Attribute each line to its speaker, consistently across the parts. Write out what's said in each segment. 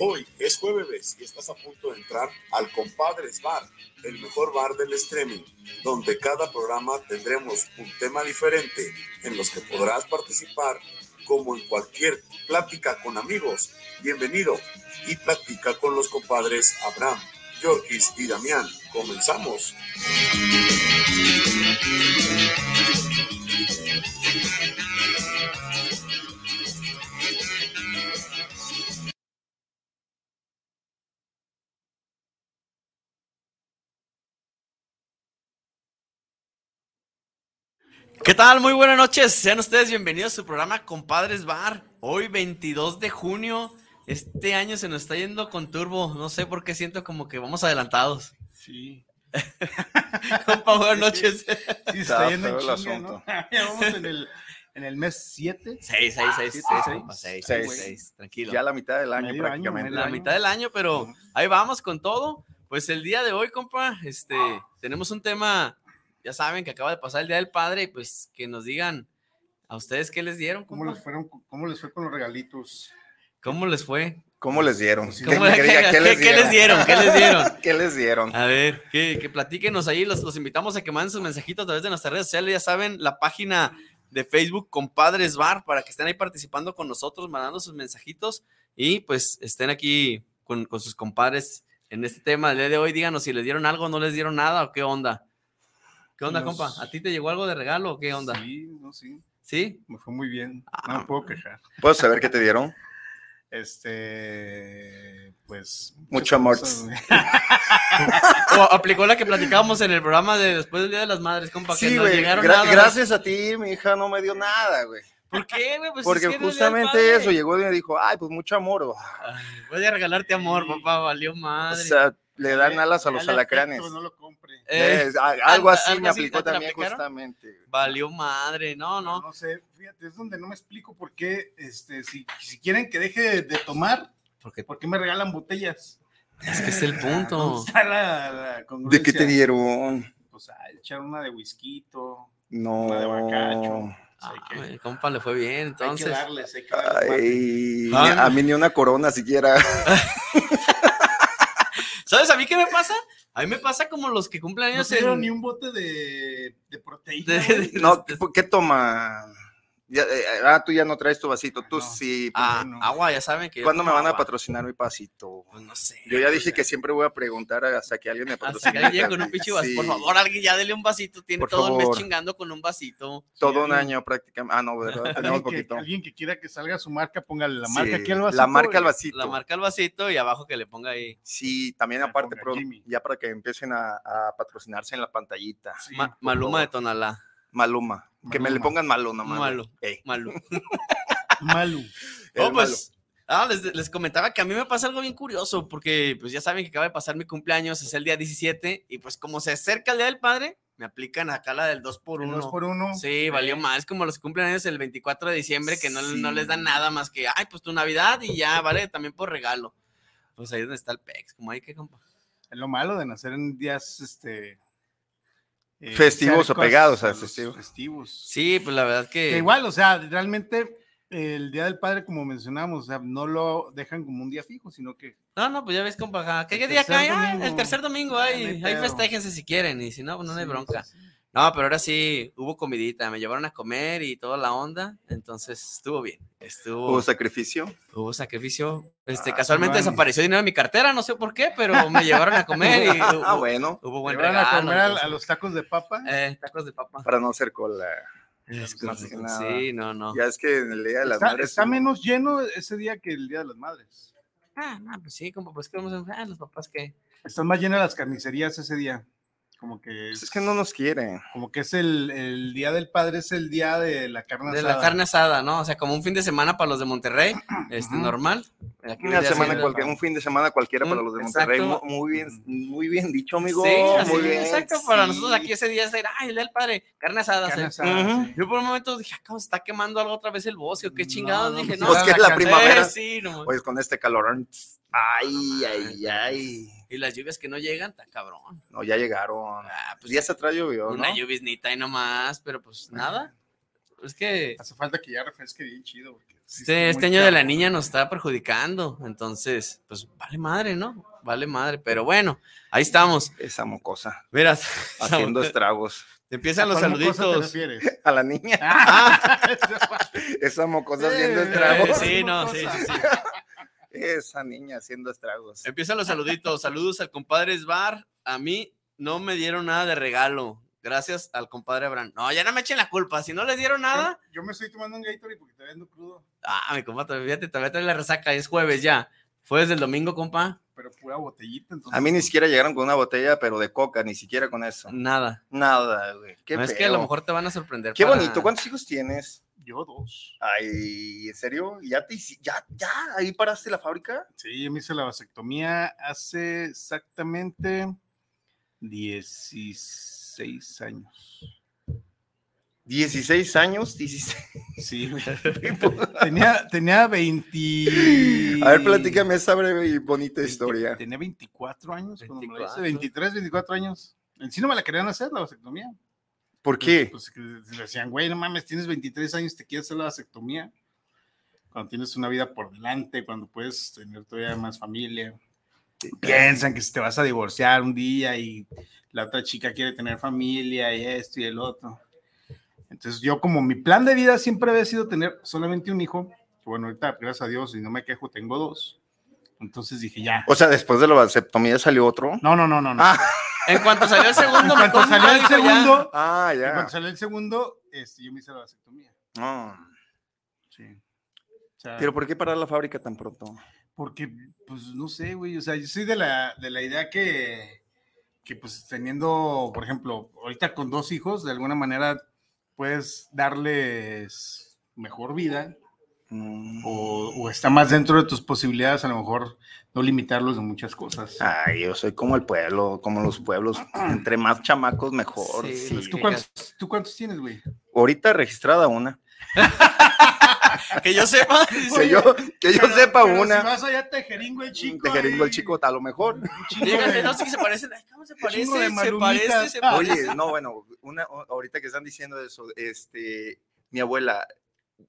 Speaker 1: Hoy es jueves y estás a punto de entrar al Compadres Bar, el mejor bar del streaming, donde cada programa tendremos un tema diferente en los que podrás participar como en cualquier plática con amigos. Bienvenido y platica con los compadres Abraham, Yorkis y Damián. Comenzamos.
Speaker 2: ¿Qué tal? Muy buenas noches. Sean ustedes bienvenidos a su programa Compadres Bar. Hoy 22 de junio. Este año se nos está yendo con turbo. No sé por qué siento como que vamos adelantados.
Speaker 3: Sí.
Speaker 2: Compa, buenas noches.
Speaker 3: Sí,
Speaker 4: Está
Speaker 3: está yendo en
Speaker 4: feo el
Speaker 3: chinga,
Speaker 4: asunto.
Speaker 3: ¿no? Ya vamos en el, en el mes 7.
Speaker 2: 6, 6, 6,
Speaker 3: Ah,
Speaker 2: 6,
Speaker 3: sí,
Speaker 2: compa, 6,
Speaker 4: seis.
Speaker 2: 6, 6. Tranquilo.
Speaker 4: Ya la mitad del año
Speaker 3: Medio año,
Speaker 4: prácticamente.
Speaker 3: medio
Speaker 2: la
Speaker 3: año.
Speaker 2: mitad del año, pero ahí vamos con todo. Pues el día de hoy, compa, este, tenemos un tema, ya saben que acaba de pasar el Día del Padre, y pues que nos digan a ustedes qué les dieron,
Speaker 3: ¿Cómo
Speaker 2: compa.
Speaker 3: les, fueron, ¿Cómo les fue con los regalitos?
Speaker 2: ¿Cómo les fue?
Speaker 4: ¿Cómo les dieron? ¿Qué,
Speaker 2: ¿Cómo-
Speaker 4: que diga, ¿qué les
Speaker 2: ¿Qué les dieron?
Speaker 4: dieron?
Speaker 2: ¿Qué les dieron?
Speaker 4: ¿Qué les dieron?
Speaker 2: A ver, que, que platíquenos ahí, los, los invitamos a que manden sus mensajitos a través de nuestras redes sociales, ya saben, la página de Facebook Compadres Bar, para que estén ahí participando con nosotros, mandando sus mensajitos y pues estén aquí con, con sus compadres en este tema del día de hoy, díganos si les dieron algo, no les dieron nada o qué onda. ¿Qué onda,
Speaker 3: Nos-
Speaker 2: compa? ¿A ti te llegó algo de regalo o qué onda? ¿Sí?
Speaker 3: Sí, no, sí. Me fue muy bien.
Speaker 2: Ah.
Speaker 3: No me puedo quejar.
Speaker 4: ¿Puedo saber qué te dieron?
Speaker 3: Este, pues. muchas
Speaker 4: Mucho amor.
Speaker 3: cosas, güey.
Speaker 2: O aplicó la que platicábamos en el programa de después del Día de las Madres, compa, que
Speaker 4: Sí,
Speaker 2: no
Speaker 4: güey.
Speaker 2: llegaron
Speaker 4: gra-
Speaker 2: nada.
Speaker 4: gracias a ti, mi hija no me dio nada, güey.
Speaker 2: ¿Por qué, güey? Pues es
Speaker 4: Porque
Speaker 2: que era el Día del
Speaker 4: justamente
Speaker 2: Padre.
Speaker 4: eso llegó y me dijo, ay, pues mucho amor. o-
Speaker 2: Voy a regalarte amor,
Speaker 3: Sí.
Speaker 2: papá, valió
Speaker 4: O
Speaker 2: madre.
Speaker 4: sea, le dan alas a
Speaker 3: Ya
Speaker 4: los
Speaker 3: le
Speaker 4: alacranes.
Speaker 3: afecto, No lo compre.
Speaker 2: Eh,
Speaker 4: Es- a- algo
Speaker 2: al-
Speaker 4: así
Speaker 2: algo
Speaker 4: me
Speaker 2: así,
Speaker 4: aplicó
Speaker 2: ¿te la
Speaker 4: también
Speaker 2: aplicaron?
Speaker 4: justamente. güey.
Speaker 2: valió madre, no,
Speaker 3: No.
Speaker 2: no.
Speaker 3: sé, fíjate, es donde no me explico por qué, este, si, si quieren que deje de, de tomar,
Speaker 2: Porque
Speaker 3: ¿por qué me regalan botellas?
Speaker 2: es que es el punto.
Speaker 3: ¿Dónde está la, la
Speaker 4: ¿De qué
Speaker 3: congruencia?
Speaker 4: te dieron?
Speaker 3: Pues ah, echar una de whisky, o Una de
Speaker 4: No.
Speaker 3: bacacho. sea,
Speaker 2: Ah,
Speaker 3: hay que-
Speaker 2: el compa le fue bien,
Speaker 3: hay
Speaker 2: entonces.
Speaker 3: que darles, hay que darles mate.
Speaker 4: Ay,
Speaker 2: Ah, no.
Speaker 4: a mí ni una corona siquiera.
Speaker 2: ¿Sabes a mí qué me pasa? A mí me pasa como los que cumplen
Speaker 3: No
Speaker 2: años
Speaker 3: se
Speaker 2: en-
Speaker 3: dieron ni un bote de, de proteína.
Speaker 2: de-
Speaker 3: güey.
Speaker 2: de-
Speaker 4: No,
Speaker 2: de-
Speaker 4: ¿qué- ¿qué toma? Ya, eh, ah, tú ya no traes tu vasito. Tú
Speaker 3: No.
Speaker 4: sí.
Speaker 2: Ah,
Speaker 3: no.
Speaker 2: agua, ya saben que. yo
Speaker 4: ¿Cuándo me
Speaker 2: tomo
Speaker 4: van a
Speaker 2: agua.
Speaker 4: patrocinar mi pasito?
Speaker 2: Pues no sé.
Speaker 4: Yo ya dije que siempre voy a preguntar hasta que alguien me
Speaker 2: Hasta que
Speaker 4: patrocine.
Speaker 2: alguien con un pinche vas-
Speaker 4: Sí,
Speaker 2: Por favor, alguien ya dele un vasito. Tiene
Speaker 4: Por
Speaker 2: todo el mes
Speaker 4: favor.
Speaker 2: chingando con un vasito.
Speaker 4: Todo un año prácticamente. Ah, no, ¿verdad? Tenemos
Speaker 3: Alguien que,
Speaker 4: poquito.
Speaker 3: alguien que quiera que salga su marca, póngale la marca
Speaker 4: Sí,
Speaker 3: aquí al vasito.
Speaker 4: La marca
Speaker 3: y-
Speaker 4: al vasito.
Speaker 2: La marca el vasito y abajo que le ponga ahí.
Speaker 4: Sí, también
Speaker 3: La
Speaker 4: aparte,
Speaker 3: ponga
Speaker 4: pro-
Speaker 3: Jimmy.
Speaker 4: ya para que empiecen a, a patrocinarse en la pantallita.
Speaker 3: Sí,
Speaker 2: Ma-
Speaker 4: por
Speaker 2: Maluma
Speaker 4: favor.
Speaker 2: de Tonalá.
Speaker 4: Maluma. Que me le
Speaker 3: Maluma.
Speaker 4: pongan malo nomás.
Speaker 2: Malo.
Speaker 4: Ey,
Speaker 2: Malu.
Speaker 3: Malu.
Speaker 4: el
Speaker 2: Oh, pues, ah, les, les comentaba que a mí me pasa algo bien curioso, porque pues ya saben que acaba de pasar mi cumpleaños, es el día 17, y pues como se acerca el día del padre, me aplican acá la del 2 por
Speaker 3: El
Speaker 2: 1
Speaker 3: 2 por 1
Speaker 2: Sí, valió más, como los que cumplen años el 24 de diciembre, que no,
Speaker 4: Sí.
Speaker 2: no les dan nada más que, ay, pues tu Navidad y ya, vale, también por regalo. Pues ahí es donde está el PEX, como hay que... compa.
Speaker 3: Es lo malo de nacer en días este, eh,
Speaker 4: Festivos o
Speaker 3: cercos
Speaker 4: pegados a
Speaker 3: los
Speaker 4: festivos.
Speaker 3: festivos.
Speaker 2: Sí, pues la verdad que...
Speaker 3: Que igual, o sea, realmente el Día del Padre, como mencionamos, o sea, no lo dejan como un día fijo, sino que
Speaker 2: No, no, pues ya ves, compa, ajá, ¿qué
Speaker 3: El
Speaker 2: día cae?
Speaker 3: tercer
Speaker 2: Ah, el
Speaker 3: domingo.
Speaker 2: tercer domingo,
Speaker 3: Ah,
Speaker 2: ahí,
Speaker 3: no hay
Speaker 2: ahí
Speaker 3: pedo.
Speaker 2: festéjense si quieren, y si no, pues no hay
Speaker 3: Sí,
Speaker 2: bronca.
Speaker 3: sí, sí.
Speaker 2: No, pero ahora sí hubo comidita, me llevaron a comer y toda la onda, entonces estuvo bien, estuvo,
Speaker 4: Hubo sacrificio.
Speaker 2: hubo sacrificio, este,
Speaker 4: Pues Ah,
Speaker 2: casualmente
Speaker 3: vale.
Speaker 2: desapareció dinero en mi cartera, no sé por qué, pero me llevaron a comer y hubo,
Speaker 4: Ah, bueno.
Speaker 2: hubo buen
Speaker 3: Llevaron
Speaker 2: regalo.
Speaker 3: a comer al- a,
Speaker 2: entonces,
Speaker 3: los tacos de papa.
Speaker 2: eh, tacos de papa.
Speaker 4: Para no hacer cola.
Speaker 2: Es
Speaker 4: más que
Speaker 2: correcto,
Speaker 4: nada.
Speaker 2: Sí, no, no.
Speaker 4: Ya es que en el Día de las
Speaker 3: está,
Speaker 4: Madres.
Speaker 3: está
Speaker 4: sí.
Speaker 3: menos lleno ese día que el Día de las Madres.
Speaker 2: Ah, no, pues sí, como pues que vamos a ah, los papás que...
Speaker 3: Están más llenas las carnicerías ese día. como que
Speaker 4: Pues
Speaker 3: es,
Speaker 4: es que no nos quieren.
Speaker 3: como que es el, el día del padre, es el día de la carne
Speaker 2: De
Speaker 3: asada.
Speaker 2: la carne asada, ¿no? O sea, como un fin de semana para los de Monterrey, este,
Speaker 3: Ujú.
Speaker 2: normal. Aquí
Speaker 4: Una
Speaker 2: ya
Speaker 4: semana
Speaker 2: sí,
Speaker 4: cualquiera, un fin de semana cualquiera para
Speaker 2: Mm,
Speaker 4: los de Monterrey. Mu-
Speaker 2: exacto. Mm.
Speaker 4: Muy bien, muy bien dicho, amigo. Ah,
Speaker 2: Sí, así,
Speaker 4: muy bien.
Speaker 2: exacto. Para
Speaker 4: sí.
Speaker 2: nosotros aquí ese día es decir, ay, el día del padre, carne asada.
Speaker 3: Carne
Speaker 2: o sea,
Speaker 3: asada,
Speaker 4: Ujú.
Speaker 3: sí.
Speaker 2: Yo por un momento dije, ¿cómo se está quemando algo otra vez el bocio? ¿Qué
Speaker 3: No,
Speaker 2: chingados?
Speaker 3: no,
Speaker 2: dije,
Speaker 3: pues
Speaker 2: no,
Speaker 4: Pues que es la
Speaker 3: la
Speaker 4: primavera.
Speaker 2: eh, sí, no, Ah,
Speaker 4: Pues con este calorón. tss, Ay, ay, ay.
Speaker 2: Y las lluvias que no llegan, está cabrón.
Speaker 4: No, ya llegaron.
Speaker 2: Ah,
Speaker 4: Pues ya se atrás llovió, ¿no?
Speaker 2: una lluviznita y nomás, pero pues nada. Es que
Speaker 3: Hace falta que ya refresque bien chido. porque sí
Speaker 2: este,
Speaker 3: está muy
Speaker 2: este año de la
Speaker 3: cabrón.
Speaker 2: niña nos está perjudicando. Entonces, pues vale madre, ¿no? Vale madre. Pero bueno, ahí estamos.
Speaker 4: Esa mocosa.
Speaker 2: Mira,
Speaker 4: Haciendo estragos.
Speaker 3: ¿A
Speaker 2: empiezan los
Speaker 3: cuál mocosa te
Speaker 2: saluditos. Ah,
Speaker 3: refieres? Ah,
Speaker 4: A la niña. Esa mocosa haciendo
Speaker 3: Eh,
Speaker 4: estragos.
Speaker 3: eh,
Speaker 2: Sí, no,
Speaker 3: mocosa.
Speaker 2: sí, sí,
Speaker 4: Esa niña haciendo estragos.
Speaker 2: Empiezan los saluditos. Saludos al compadre Esbar. A mí no me dieron nada de regalo. Gracias al compadre Abraham. No, ya no me echen la culpa. Si no les dieron nada.
Speaker 3: Yo me estoy tomando un Gatorade porque te vendo crudo,
Speaker 2: Ah, mi compa, todavía te todavía trae la resaca. Es jueves ya. Fue desde el domingo, compa.
Speaker 3: pero pura botellita. Entonces,
Speaker 4: A mí
Speaker 2: pues,
Speaker 4: ni siquiera llegaron con una botella, pero de coca, ni siquiera con eso.
Speaker 2: Nada.
Speaker 4: Nada, güey. Qué
Speaker 2: No, Mm. es que a lo
Speaker 4: feo.
Speaker 2: mejor te van a sorprender.
Speaker 4: Qué
Speaker 2: para-
Speaker 4: bonito. ¿Cuántos hijos tienes?
Speaker 3: Yo dos.
Speaker 4: Ay, ¿en serio? ¿Ya te hici- ya, ya, ahí paraste la fábrica?
Speaker 3: Sí, yo me hice la vasectomía hace exactamente 16 años.
Speaker 4: 16 años, 16.
Speaker 3: Sí, güey. tenía, tenía 20.
Speaker 4: A ver, platícame esa breve y bonita historia.
Speaker 3: Tenía 24 años cuando me la hice,
Speaker 2: 24.
Speaker 3: 23, 24 años. En sí no me la querían hacer la vasectomía.
Speaker 4: ¿Por qué?
Speaker 3: Pues, que le decían, güey, no mames, tienes 23 años, te quieres hacer la vasectomía. Cuando tienes una vida por delante, cuando puedes tener todavía más familia. Piensan que si te vas a divorciar un día y la otra chica quiere tener familia y esto y el otro. Entonces yo como mi plan de vida siempre había sido tener solamente un hijo. Bueno, ahorita, gracias a Dios, y no me quejo, tengo dos. Entonces dije, ya.
Speaker 4: O sea, después de la vasectomía salió otro.
Speaker 3: pues, No, no, no, no. no.
Speaker 4: Ah,
Speaker 2: En cuanto salió el segundo,
Speaker 3: en cuanto
Speaker 2: compa
Speaker 3: salió el
Speaker 2: dijo, "Ya".
Speaker 3: segundo,
Speaker 4: Ah,
Speaker 3: en
Speaker 4: ya.
Speaker 3: cuanto salió el segundo, este, yo me hice la vasectomía.
Speaker 4: Ah.
Speaker 3: Sí. O sea,
Speaker 4: Pero ¿por qué parar la fábrica tan pronto?
Speaker 3: porque, pues, no sé, güey. O sea, yo soy de la, de la idea que, que, pues, teniendo, por ejemplo, ahorita con dos hijos, de alguna manera puedes darles mejor vida
Speaker 4: Mm.
Speaker 3: o, o está más dentro de tus posibilidades, a lo mejor no limitarlos de muchas cosas.
Speaker 4: Ay, yo soy como el pueblo, como los pueblos. Entre más chamacos, mejor.
Speaker 2: Sí,
Speaker 4: sí.
Speaker 2: los
Speaker 3: ¿Tú cuántos, tú cuántos tienes, güey?
Speaker 4: Ahorita registrada una.
Speaker 2: Que yo sepa.
Speaker 4: que yo, que yo
Speaker 3: Pero-
Speaker 4: sepa
Speaker 3: pero
Speaker 4: una.
Speaker 3: Si vas allá a Tejeringo el chico.
Speaker 4: Te jeringo el
Speaker 3: ahí,
Speaker 4: chico, a lo mejor.
Speaker 3: un chingo
Speaker 2: Díganle,
Speaker 3: de-
Speaker 2: no sé qué se parecen. Ay, ¿Cómo se parece?
Speaker 3: Chingo de
Speaker 2: Se
Speaker 3: malumitas.
Speaker 2: parece, se
Speaker 3: Ah.
Speaker 2: parece.
Speaker 4: Oye, no, bueno, una, o- ahorita que están diciendo eso, este, mi abuela,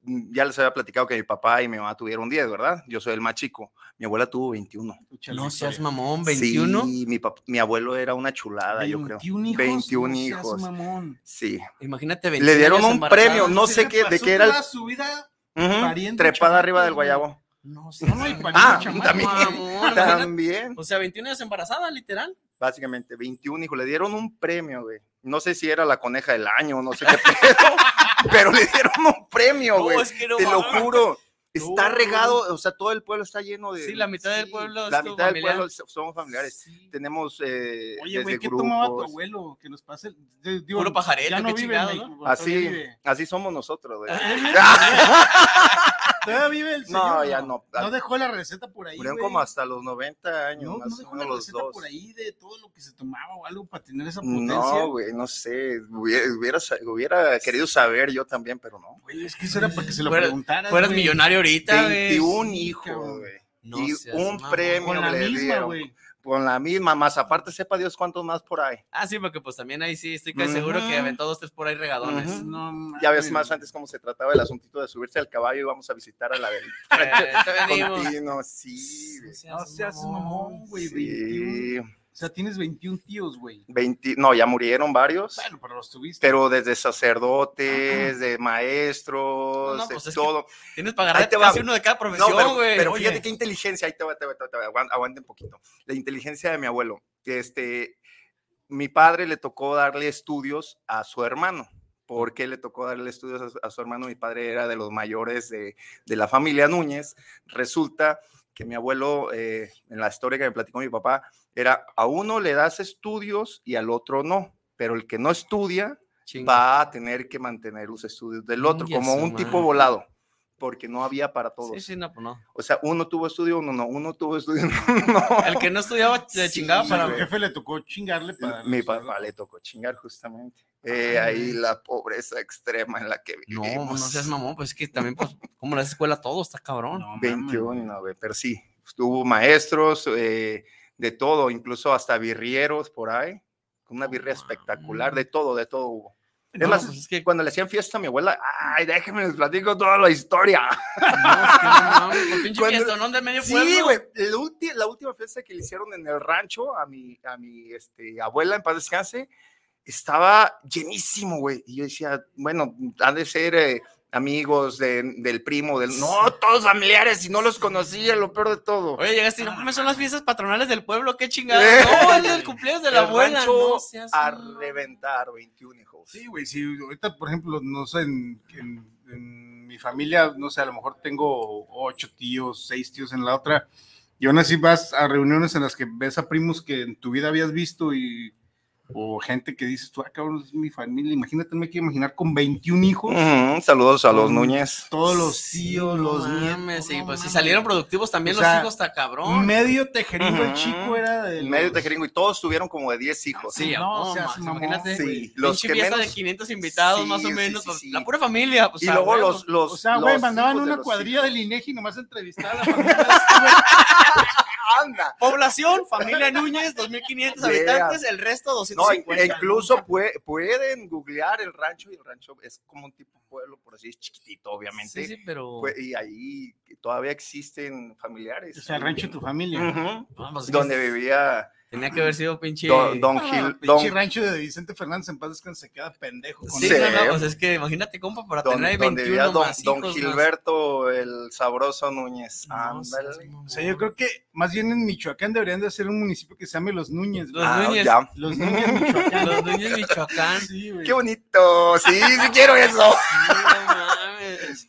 Speaker 4: mm, ya les había platicado que mi papá y mi mamá tuvieron 10, ¿verdad? Yo soy el más chico. Mi abuela tuvo 21.
Speaker 3: Escucha la
Speaker 2: No
Speaker 3: historia.
Speaker 2: seas mamón, 21.
Speaker 4: Sí, mi, pap- mi abuelo era una chulada, yo creo.
Speaker 3: 21 hijos.
Speaker 4: 21
Speaker 3: no seas
Speaker 4: hijos.
Speaker 3: mamón.
Speaker 4: Sí.
Speaker 2: Imagínate 21.
Speaker 4: Le dieron
Speaker 2: años
Speaker 4: un
Speaker 2: embarazada.
Speaker 4: premio, no
Speaker 3: Se
Speaker 4: sé
Speaker 3: le
Speaker 4: qué, de
Speaker 3: pasó
Speaker 4: qué era. el-
Speaker 3: toda su vida
Speaker 4: Ujú,
Speaker 3: pariendo
Speaker 4: trepada
Speaker 3: chamacos,
Speaker 4: arriba del
Speaker 3: güey.
Speaker 4: guayabo.
Speaker 2: No sé.
Speaker 3: No, no, y pariendo
Speaker 4: Ah,
Speaker 3: chamacos.
Speaker 4: también.
Speaker 2: Mamón, imagínate.
Speaker 4: También,
Speaker 2: O sea, 21 años embarazada, literal.
Speaker 4: básicamente, 21 hijos. Le dieron un premio, güey. No sé si era la coneja del año, no sé qué pedo, pero le dieron un premio, güey.
Speaker 2: es que no
Speaker 4: Te lo
Speaker 2: mames.
Speaker 4: juro. Está
Speaker 2: No, no,
Speaker 4: regado, o sea, todo el pueblo está lleno de.
Speaker 2: Sí, la mitad del pueblo es
Speaker 4: La
Speaker 2: tu
Speaker 4: mitad del
Speaker 2: familiar.
Speaker 4: pueblo so- somos familiares.
Speaker 2: Sí.
Speaker 4: Tenemos. Eh,
Speaker 3: Oye, güey,
Speaker 4: desde
Speaker 3: ¿qué tomaba tu
Speaker 4: grupos.
Speaker 3: abuelo? Que nos pase. el- de- digo,
Speaker 2: Puro pajareto,
Speaker 3: ya no
Speaker 2: qué
Speaker 3: vive,
Speaker 2: chingado,
Speaker 3: en
Speaker 2: ¿no?
Speaker 3: México, todavía
Speaker 4: Así,
Speaker 3: vive.
Speaker 4: así somos nosotros, güey. Ah,
Speaker 3: Todavía vive el
Speaker 4: No,
Speaker 3: señor.
Speaker 4: ya no.
Speaker 3: No dejó la receta por ahí.
Speaker 4: Murieron
Speaker 3: güey.
Speaker 4: como hasta los 90 años,
Speaker 3: No, no
Speaker 4: más o
Speaker 3: dejó
Speaker 4: menos
Speaker 3: la
Speaker 4: los
Speaker 3: receta
Speaker 4: dos.
Speaker 3: por ahí de todo lo que se tomaba o algo para tener esa potencia.
Speaker 4: No, güey, no sé. Hubiera, hubiera sa- hubiera querido saber yo también, pero no.
Speaker 3: Güey, es que eso era para que se lo
Speaker 2: Fuera-
Speaker 3: preguntaran.
Speaker 2: Fueras
Speaker 3: güey.
Speaker 2: millonario ahorita, güey.
Speaker 4: 21
Speaker 3: sí,
Speaker 4: hijos,
Speaker 3: cabrón.
Speaker 4: güey.
Speaker 2: No
Speaker 4: y
Speaker 2: seas
Speaker 4: un
Speaker 2: mamón.
Speaker 4: premio.
Speaker 3: Con la
Speaker 4: le
Speaker 3: misma,
Speaker 4: dieron.
Speaker 3: güey.
Speaker 4: Con la misma, más aparte, sepa Dios cuántos más por ahí.
Speaker 2: Ah, sí, porque pues también ahí sí, estoy casi seguro que
Speaker 4: Ujú.
Speaker 2: aventó dos, tres por ahí regadones.
Speaker 4: Ujú.
Speaker 3: No,
Speaker 4: Ya ves
Speaker 3: mames.
Speaker 4: más antes cómo se trataba el asuntito de subirse al caballo y vamos a visitar a la del
Speaker 2: Eh, te venimos.
Speaker 4: continuo, sí. güey.
Speaker 3: No seas mamón, güey. 21.
Speaker 4: Sí,
Speaker 3: O sea, tienes 21 tíos, güey.
Speaker 4: 20 no, ya murieron varios,
Speaker 3: Bueno, pero los tuviste.
Speaker 4: pero desde sacerdotes, de maestros,
Speaker 2: No, no,
Speaker 4: de
Speaker 2: pues es que
Speaker 4: todo.
Speaker 2: Tienes para
Speaker 4: Ahí
Speaker 2: agarrar
Speaker 4: te va.
Speaker 2: casi uno de cada
Speaker 4: No, pero,
Speaker 2: profesión, güey.
Speaker 4: pero
Speaker 2: Oye,
Speaker 4: fíjate qué inteligencia, ahí te va, te va, te va, te va, aguanta, aguanta un poquito. La inteligencia de mi abuelo, que este, mi padre le tocó darle estudios a su hermano. ¿Por qué le tocó darle estudios a su, a su hermano? Mi padre era de los mayores de, de la familia Núñez. Resulta que mi abuelo, eh, en la historia que me platicó mi papá, era a uno le das estudios y al otro no, pero el que no estudia
Speaker 2: Chinga.
Speaker 4: va a tener que mantener los estudios del otro,
Speaker 2: Chingue a
Speaker 4: como
Speaker 2: su
Speaker 4: un tipo
Speaker 2: madre.
Speaker 4: volado, porque no había para todos.
Speaker 2: Sí, sí, no, pues no.
Speaker 4: O sea, uno tuvo estudio, uno no, uno tuvo estudio, uno no.
Speaker 2: El que no estudiaba se chingaba
Speaker 3: Sí,
Speaker 2: para.
Speaker 3: al jefe le tocó chingarle para.
Speaker 4: Mi papá le tocó chingar justamente. Eh, ahí la pobreza extrema en la que
Speaker 2: No,
Speaker 4: vivimos.
Speaker 2: no seas mamón, pues es que también, pues, como la escuela todo, está cabrón.
Speaker 3: No, mames.
Speaker 4: 21, no, güey, pero sí, hubo maestros eh, de todo, incluso hasta birrieros por ahí, con una birria espectacular, de todo, de todo hubo. Es
Speaker 2: No,
Speaker 4: más,
Speaker 2: pues es que,
Speaker 4: cuando le hacían fiesta a mi abuela, ay, déjenme les platico toda la historia.
Speaker 2: no, es que no mames, por pinche
Speaker 4: Cuando-
Speaker 2: fiestonón de medio pueblo.
Speaker 4: Sí, güey, la, ulti- la última fiesta que le hicieron en el rancho a mi, a mi este, abuela, en paz descanse, estaba llenísimo, güey. Y yo decía, bueno, han de ser eh, amigos de- del primo, del... No, todos familiares y no los conocía, lo peor de todo.
Speaker 2: Oye, llegaste y no mames, son las fiestas patronales del pueblo, qué chingada.
Speaker 4: Eh.
Speaker 2: No, es el cumpleaños de la
Speaker 4: El
Speaker 2: abuela.
Speaker 4: rancho
Speaker 2: No, seas
Speaker 4: a
Speaker 2: mamón.
Speaker 4: reventar 21 hijos.
Speaker 3: Sí, güey, sí. Ahorita, por ejemplo, no sé, en, en- en mi familia, no sé, a lo mejor tengo ocho tíos, seis tíos en la otra. Y aún así vas a reuniones en las que ves a primos que en tu vida habías visto y o gente que dices, tú, ah, cabrón, es mi familia. Imagínate, me quiero imaginar con 21 hijos,
Speaker 4: Ujú, saludos a los
Speaker 3: Mm.
Speaker 4: Núñez.
Speaker 3: todos los tíos,
Speaker 2: Mm. No
Speaker 3: los
Speaker 2: mames,
Speaker 3: nietos.
Speaker 2: sí,
Speaker 3: no
Speaker 2: pues si
Speaker 3: mames.
Speaker 2: salieron productivos también
Speaker 3: O
Speaker 2: los
Speaker 3: sea,
Speaker 2: hijos, está cabrón.
Speaker 3: Medio tejeringo el
Speaker 4: Ujú.
Speaker 3: chico era de
Speaker 4: En medio
Speaker 3: los-
Speaker 4: de Jeringo y todos tuvieron como de 10 hijos.
Speaker 2: Sí,
Speaker 3: No,
Speaker 2: no,
Speaker 3: seas
Speaker 2: más,
Speaker 3: mamón,
Speaker 2: imagínate.
Speaker 3: güey.
Speaker 4: Sí, los
Speaker 2: pinche
Speaker 4: que
Speaker 2: fiesta
Speaker 4: menos.
Speaker 2: de 500 invitados,
Speaker 4: Sí,
Speaker 2: más o
Speaker 4: sí,
Speaker 2: menos.
Speaker 4: sí,
Speaker 2: pues,
Speaker 4: sí.
Speaker 2: La pura familia. Pues,
Speaker 4: Y
Speaker 2: a
Speaker 4: luego
Speaker 2: huevo.
Speaker 4: los, los.
Speaker 3: O sea, güey,
Speaker 4: los
Speaker 3: mandaban
Speaker 4: hijos de
Speaker 3: una
Speaker 4: los
Speaker 3: cuadrilla
Speaker 4: hijos.
Speaker 3: del INEGI nomás a entrevistar a la familia de este güey.
Speaker 4: Anda.
Speaker 2: Población, familia Núñez, 2.500
Speaker 4: Yeah.
Speaker 2: habitantes, el resto
Speaker 4: No, e
Speaker 2: 250.
Speaker 4: incluso pue- pueden googlear el rancho y el rancho es como un tipo pueblo, por así es chiquitito, obviamente.
Speaker 2: Sí, sí, pero.
Speaker 4: Pue- Y ahí todavía existen familiares.
Speaker 3: O sea, el rancho de tu familia.
Speaker 4: Ujú,
Speaker 2: No, pues, es que
Speaker 4: Donde vivía
Speaker 2: Tenía que haber sido pinche.
Speaker 4: Don, Don
Speaker 3: Ah,
Speaker 4: Gil.
Speaker 3: pinche
Speaker 4: Don-
Speaker 3: rancho de Vicente Fernández en paz descanse se queda pendejo. Con
Speaker 2: Sí,
Speaker 4: Sí.
Speaker 2: no, no, pues es que imagínate, compa, para
Speaker 4: don-
Speaker 2: tener ahí
Speaker 4: donde
Speaker 2: 21
Speaker 4: vivía Don,
Speaker 2: más
Speaker 4: don
Speaker 2: hijos
Speaker 4: Gilberto, el sabroso Núñez.
Speaker 2: más. No, seas
Speaker 4: Ándale.
Speaker 2: mamón.
Speaker 3: O sea, yo creo que más bien en Michoacán deberían de hacer un municipio que se llame Los Núñez. güey.
Speaker 2: Los
Speaker 4: Ah,
Speaker 2: Núñez.
Speaker 4: ya.
Speaker 3: Los Núñez Michoacán.
Speaker 2: Los Núñez Michoacán. Sí,
Speaker 3: Sí, güey.
Speaker 4: Qué bonito. Sí, sí quiero eso.
Speaker 2: no mames.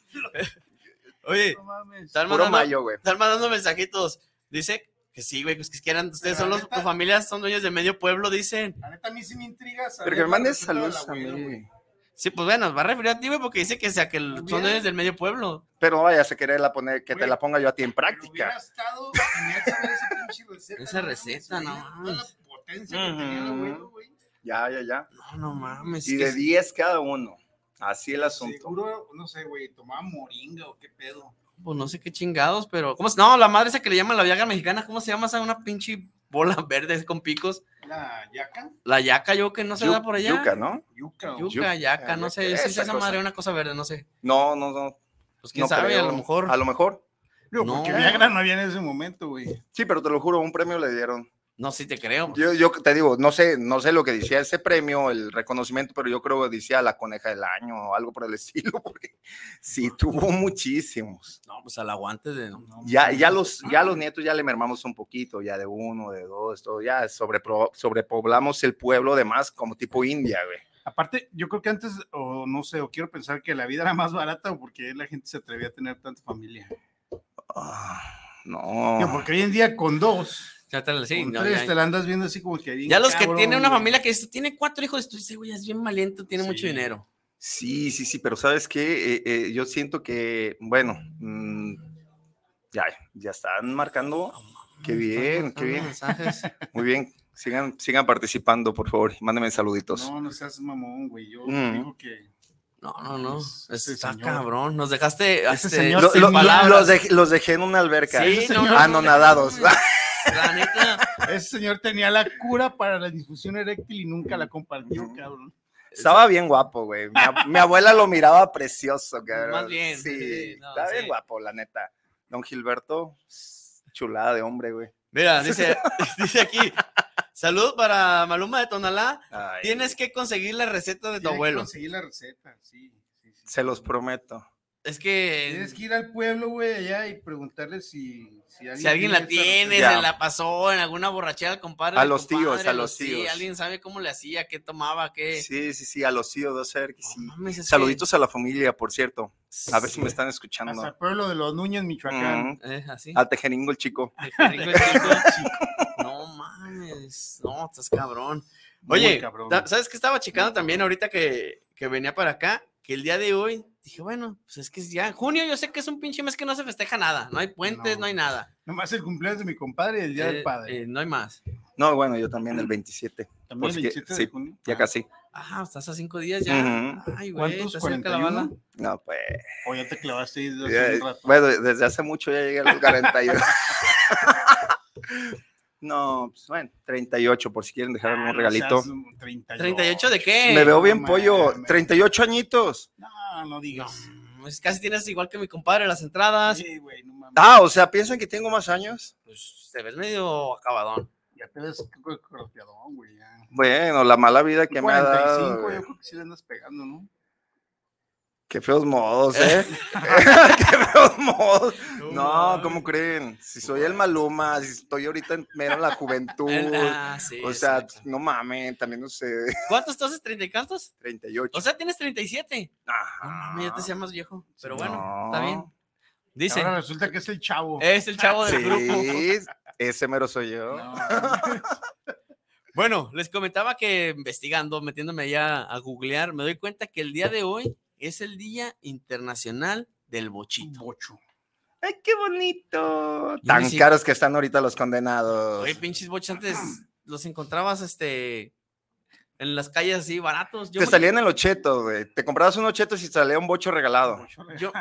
Speaker 2: Oye,
Speaker 3: No mames.
Speaker 2: están
Speaker 4: Puro
Speaker 2: mandando,
Speaker 4: mayo, güey.
Speaker 2: están mandando mensajitos. Dice que sí, güey, pues que quieran. Ustedes son los, tu familia son dueños de medio pueblo, dicen.
Speaker 3: La neta a mí sí me intriga saber
Speaker 4: Pero que me
Speaker 3: la
Speaker 4: mandes
Speaker 3: receta del
Speaker 4: saludos a
Speaker 3: abuelo,
Speaker 4: mí,
Speaker 3: güey.
Speaker 4: güey.
Speaker 2: Sí, pues bueno, va a referir a ti, güey, porque dice que, sea, que el- son
Speaker 3: Bien.
Speaker 2: dueños del medio pueblo.
Speaker 4: Pero vaya a quererla poner, que te
Speaker 3: Güey,
Speaker 4: la ponga yo a ti en
Speaker 3: Pero hubiera
Speaker 4: práctica.
Speaker 3: estado genial saber esa pinche receta.
Speaker 2: Esa
Speaker 3: no
Speaker 2: receta, no
Speaker 3: mames, güey. Toda
Speaker 2: mames.
Speaker 3: la potencia que tenía el
Speaker 4: Ujú.
Speaker 3: abuelo, güey.
Speaker 4: Ya, ya, ya.
Speaker 2: No, no mames.
Speaker 4: Y
Speaker 2: que
Speaker 4: de
Speaker 2: sí.
Speaker 4: 10 cada uno. Así el asunto.
Speaker 3: Seguro, no sé, güey, tomaba moringa o qué pedo.
Speaker 2: Pues no sé qué chingados, pero. ¿cómo se- No, la madre esa que le llaman la viagra mexicana, ¿cómo se llama esa? Una pinche bola verde con picos.
Speaker 3: La yaca,
Speaker 2: La yaca, yo que no se
Speaker 4: Yu-
Speaker 2: da por allá.
Speaker 4: yuca, ¿no?
Speaker 3: yuca. o-
Speaker 2: Yuca, yaca,
Speaker 4: Ah,
Speaker 2: no
Speaker 4: yuca,
Speaker 2: sé, sí,
Speaker 4: esa
Speaker 2: esa madre,
Speaker 4: cosa.
Speaker 2: una cosa verde, no sé.
Speaker 4: No, no, no.
Speaker 2: Pues quién
Speaker 4: no
Speaker 2: sabe, a
Speaker 4: creo.
Speaker 2: lo mejor.
Speaker 4: A lo mejor.
Speaker 3: Digo,
Speaker 2: No.
Speaker 3: Porque Viagra no había en ese momento, güey.
Speaker 4: Sí, pero te lo juro, un premio le dieron.
Speaker 2: No, sí te creo. pues,
Speaker 4: Yo, yo te digo, no sé, no sé lo que decía ese premio, el reconocimiento, pero yo creo que decía la coneja del año o algo por el estilo, porque sí tuvo muchísimos.
Speaker 2: No, pues al aguante de.
Speaker 4: Ya, ya, los, ya los nietos ya le mermamos un poquito, ya de uno, de dos, todo, ya sobrepro- sobrepoblamos el pueblo de más como tipo India, güey.
Speaker 3: Aparte, yo creo que antes, o no sé, o quiero pensar que la vida era más barata o porque la gente se atrevía a tener tanta familia.
Speaker 4: Ah,
Speaker 3: Digo,
Speaker 4: no.
Speaker 3: porque hoy en día con dos,
Speaker 2: Ya te la- sí,
Speaker 3: con
Speaker 2: no,
Speaker 3: tres,
Speaker 2: ya-
Speaker 3: te la andas viendo así como que bien
Speaker 2: ya los que
Speaker 3: cabrón,
Speaker 2: tienen una
Speaker 3: güey.
Speaker 2: familia que dice, tiene cuatro hijos, tú dices, güey, es bien valiente, tiene mucho
Speaker 3: Sí.
Speaker 2: dinero.
Speaker 4: Sí, sí, sí, pero ¿sabes qué? Eh, eh, yo siento que, bueno, mm, ya, ya están marcando.
Speaker 2: Oh,
Speaker 4: Qué bien, qué bien. Muy bien, sigan, sigan participando, por favor. y Mándenme saluditos.
Speaker 3: No, no seas mamón, güey. Yo
Speaker 4: Mm.
Speaker 3: digo que.
Speaker 2: No, no, no.
Speaker 3: Ese
Speaker 2: Está
Speaker 3: señor.
Speaker 2: cabrón. Nos dejaste.
Speaker 3: Ese
Speaker 2: este,
Speaker 3: señor
Speaker 4: Lo-
Speaker 3: sin
Speaker 4: lo-
Speaker 3: palabras.
Speaker 4: los, dej- los dejé en una alberca,
Speaker 2: Sí, no, no, no,
Speaker 4: anonadados.
Speaker 2: no, no, La neta.
Speaker 3: Ese señor tenía la cura para la disfunción eréctil y nunca la compartió, cabrón.
Speaker 4: Estaba bien guapo, güey. Mi, ab- mi abuela lo miraba precioso, cabrón.
Speaker 2: Más bien,
Speaker 4: Sí,
Speaker 2: sí, no,
Speaker 4: estaba bien
Speaker 2: sí.
Speaker 4: guapo, la neta. Don Gilberto, chulada de hombre, güey.
Speaker 2: Mira, dice, dice aquí. Salud para Maluma de Tonalá.
Speaker 4: Ay,
Speaker 2: Tienes que conseguir la receta de tu
Speaker 3: Tiene que
Speaker 2: abuelo.
Speaker 3: Conseguí la receta, sí. sí, sí.
Speaker 4: Se los prometo.
Speaker 2: Es que
Speaker 3: Tienes que ir al pueblo, güey, allá y preguntarle si, si alguien,
Speaker 2: si alguien la tiene,
Speaker 4: Ya.
Speaker 2: se la pasó en alguna borrachera al compadre.
Speaker 4: A
Speaker 2: del
Speaker 4: los
Speaker 2: compadre,
Speaker 4: tíos, a los
Speaker 2: sí,
Speaker 4: tíos.
Speaker 2: alguien sabe cómo le hacía, qué tomaba, qué.
Speaker 4: Sí, sí, sí, a los CIO de ser que sí.
Speaker 2: No mames, es que-
Speaker 4: Saluditos a la familia, por cierto. A ver si me están
Speaker 3: Hasta
Speaker 4: escuchando.
Speaker 3: el pueblo de los Nuños, Michoacán.
Speaker 4: Ujú.
Speaker 2: Eh, así.
Speaker 4: A Tejeringo el chico.
Speaker 2: Qué rico, chico. No mames, no, estás cabrón.
Speaker 3: Muy
Speaker 2: Oye,
Speaker 3: cabrón.
Speaker 2: ta- ¿sabes qué estaba checando también ahorita que, que venía para acá? Que el día de hoy dije, bueno, pues es que ya en junio yo sé que es un pinche mes que no se festeja nada, no hay puentes, no,
Speaker 3: No.
Speaker 2: hay nada.
Speaker 3: Nomás el cumpleaños de mi compadre y el día
Speaker 2: Eh,
Speaker 3: del padre.
Speaker 2: eh, no hay más.
Speaker 4: No, bueno, yo también el 27.
Speaker 3: También el
Speaker 4: pues que-
Speaker 3: 27
Speaker 4: sí.
Speaker 3: de junio.
Speaker 4: Ya casi.
Speaker 2: Ah, estás a cinco días ya. Ay, güey,
Speaker 3: ¿Cuántos?
Speaker 2: está cerca la bala.
Speaker 3: ¿41?
Speaker 4: No, pues.
Speaker 3: O ya te clavaste ahí desde
Speaker 4: ya- eh,
Speaker 3: hace un rato.
Speaker 4: bueno, desde hace mucho ya llegué a los 41. no, pues bueno, 38 por si quieren dejar
Speaker 3: Ah,
Speaker 4: algún
Speaker 3: no
Speaker 4: regalito.
Speaker 3: seas un 38.
Speaker 2: 38 de qué?
Speaker 4: Me veo bien
Speaker 3: no
Speaker 4: pollo.
Speaker 3: mames.
Speaker 4: 38 añitos.
Speaker 3: No, Ah, no digas.
Speaker 2: Pues casi tienes igual que mi compadre las entradas.
Speaker 3: Sí, güey, no mames.
Speaker 4: Ah, o sea, piensan que tengo más años.
Speaker 2: Pues te ves medio acabadón.
Speaker 3: Ya te ves cro- croteadón, güey. Ya.
Speaker 4: Bueno, la mala vida que
Speaker 3: Un
Speaker 4: me ha
Speaker 3: 45,
Speaker 4: dado. güey.
Speaker 3: yo creo que sí le andas pegando, ¿no?
Speaker 4: Qué feos modos, ¿eh? Qué feos modos. No, ¿cómo creen? Si soy el Maluma, si estoy ahorita en mero en la juventud.
Speaker 2: El- ah, sí,
Speaker 4: O sea,
Speaker 2: exacto.
Speaker 4: no mamen, también no sé,
Speaker 2: ¿cuántos entonces? ¿30 y cuántos?
Speaker 4: 38.
Speaker 2: O sea, tienes 37. No
Speaker 4: Ajá.
Speaker 2: mames, yo te sea más viejo. Pero bueno,
Speaker 4: Ah, No.
Speaker 2: está bien. Dice,
Speaker 3: Ahora resulta que es el chavo.
Speaker 4: Eh.
Speaker 2: es el chavo del grupo.
Speaker 4: Sí, ese mero soy yo.
Speaker 3: No,
Speaker 2: Bueno, les comentaba que investigando, metiéndome ya a googlear, me doy cuenta que el día de hoy es el Día Internacional del
Speaker 3: un
Speaker 2: Bochito.
Speaker 3: bocho.
Speaker 4: Ay, qué bonito.
Speaker 2: Yo
Speaker 4: Tan
Speaker 2: ni si-
Speaker 4: caros que están ahorita los condenados.
Speaker 2: Oye, pinches boches, antes los encontrabas este, en las calles así baratos. Yo
Speaker 4: Te
Speaker 2: me-
Speaker 4: salían en los chetos, güey. Te comprabas unos chetos y salía un bocho regalado.
Speaker 3: Bocho de-
Speaker 2: Yo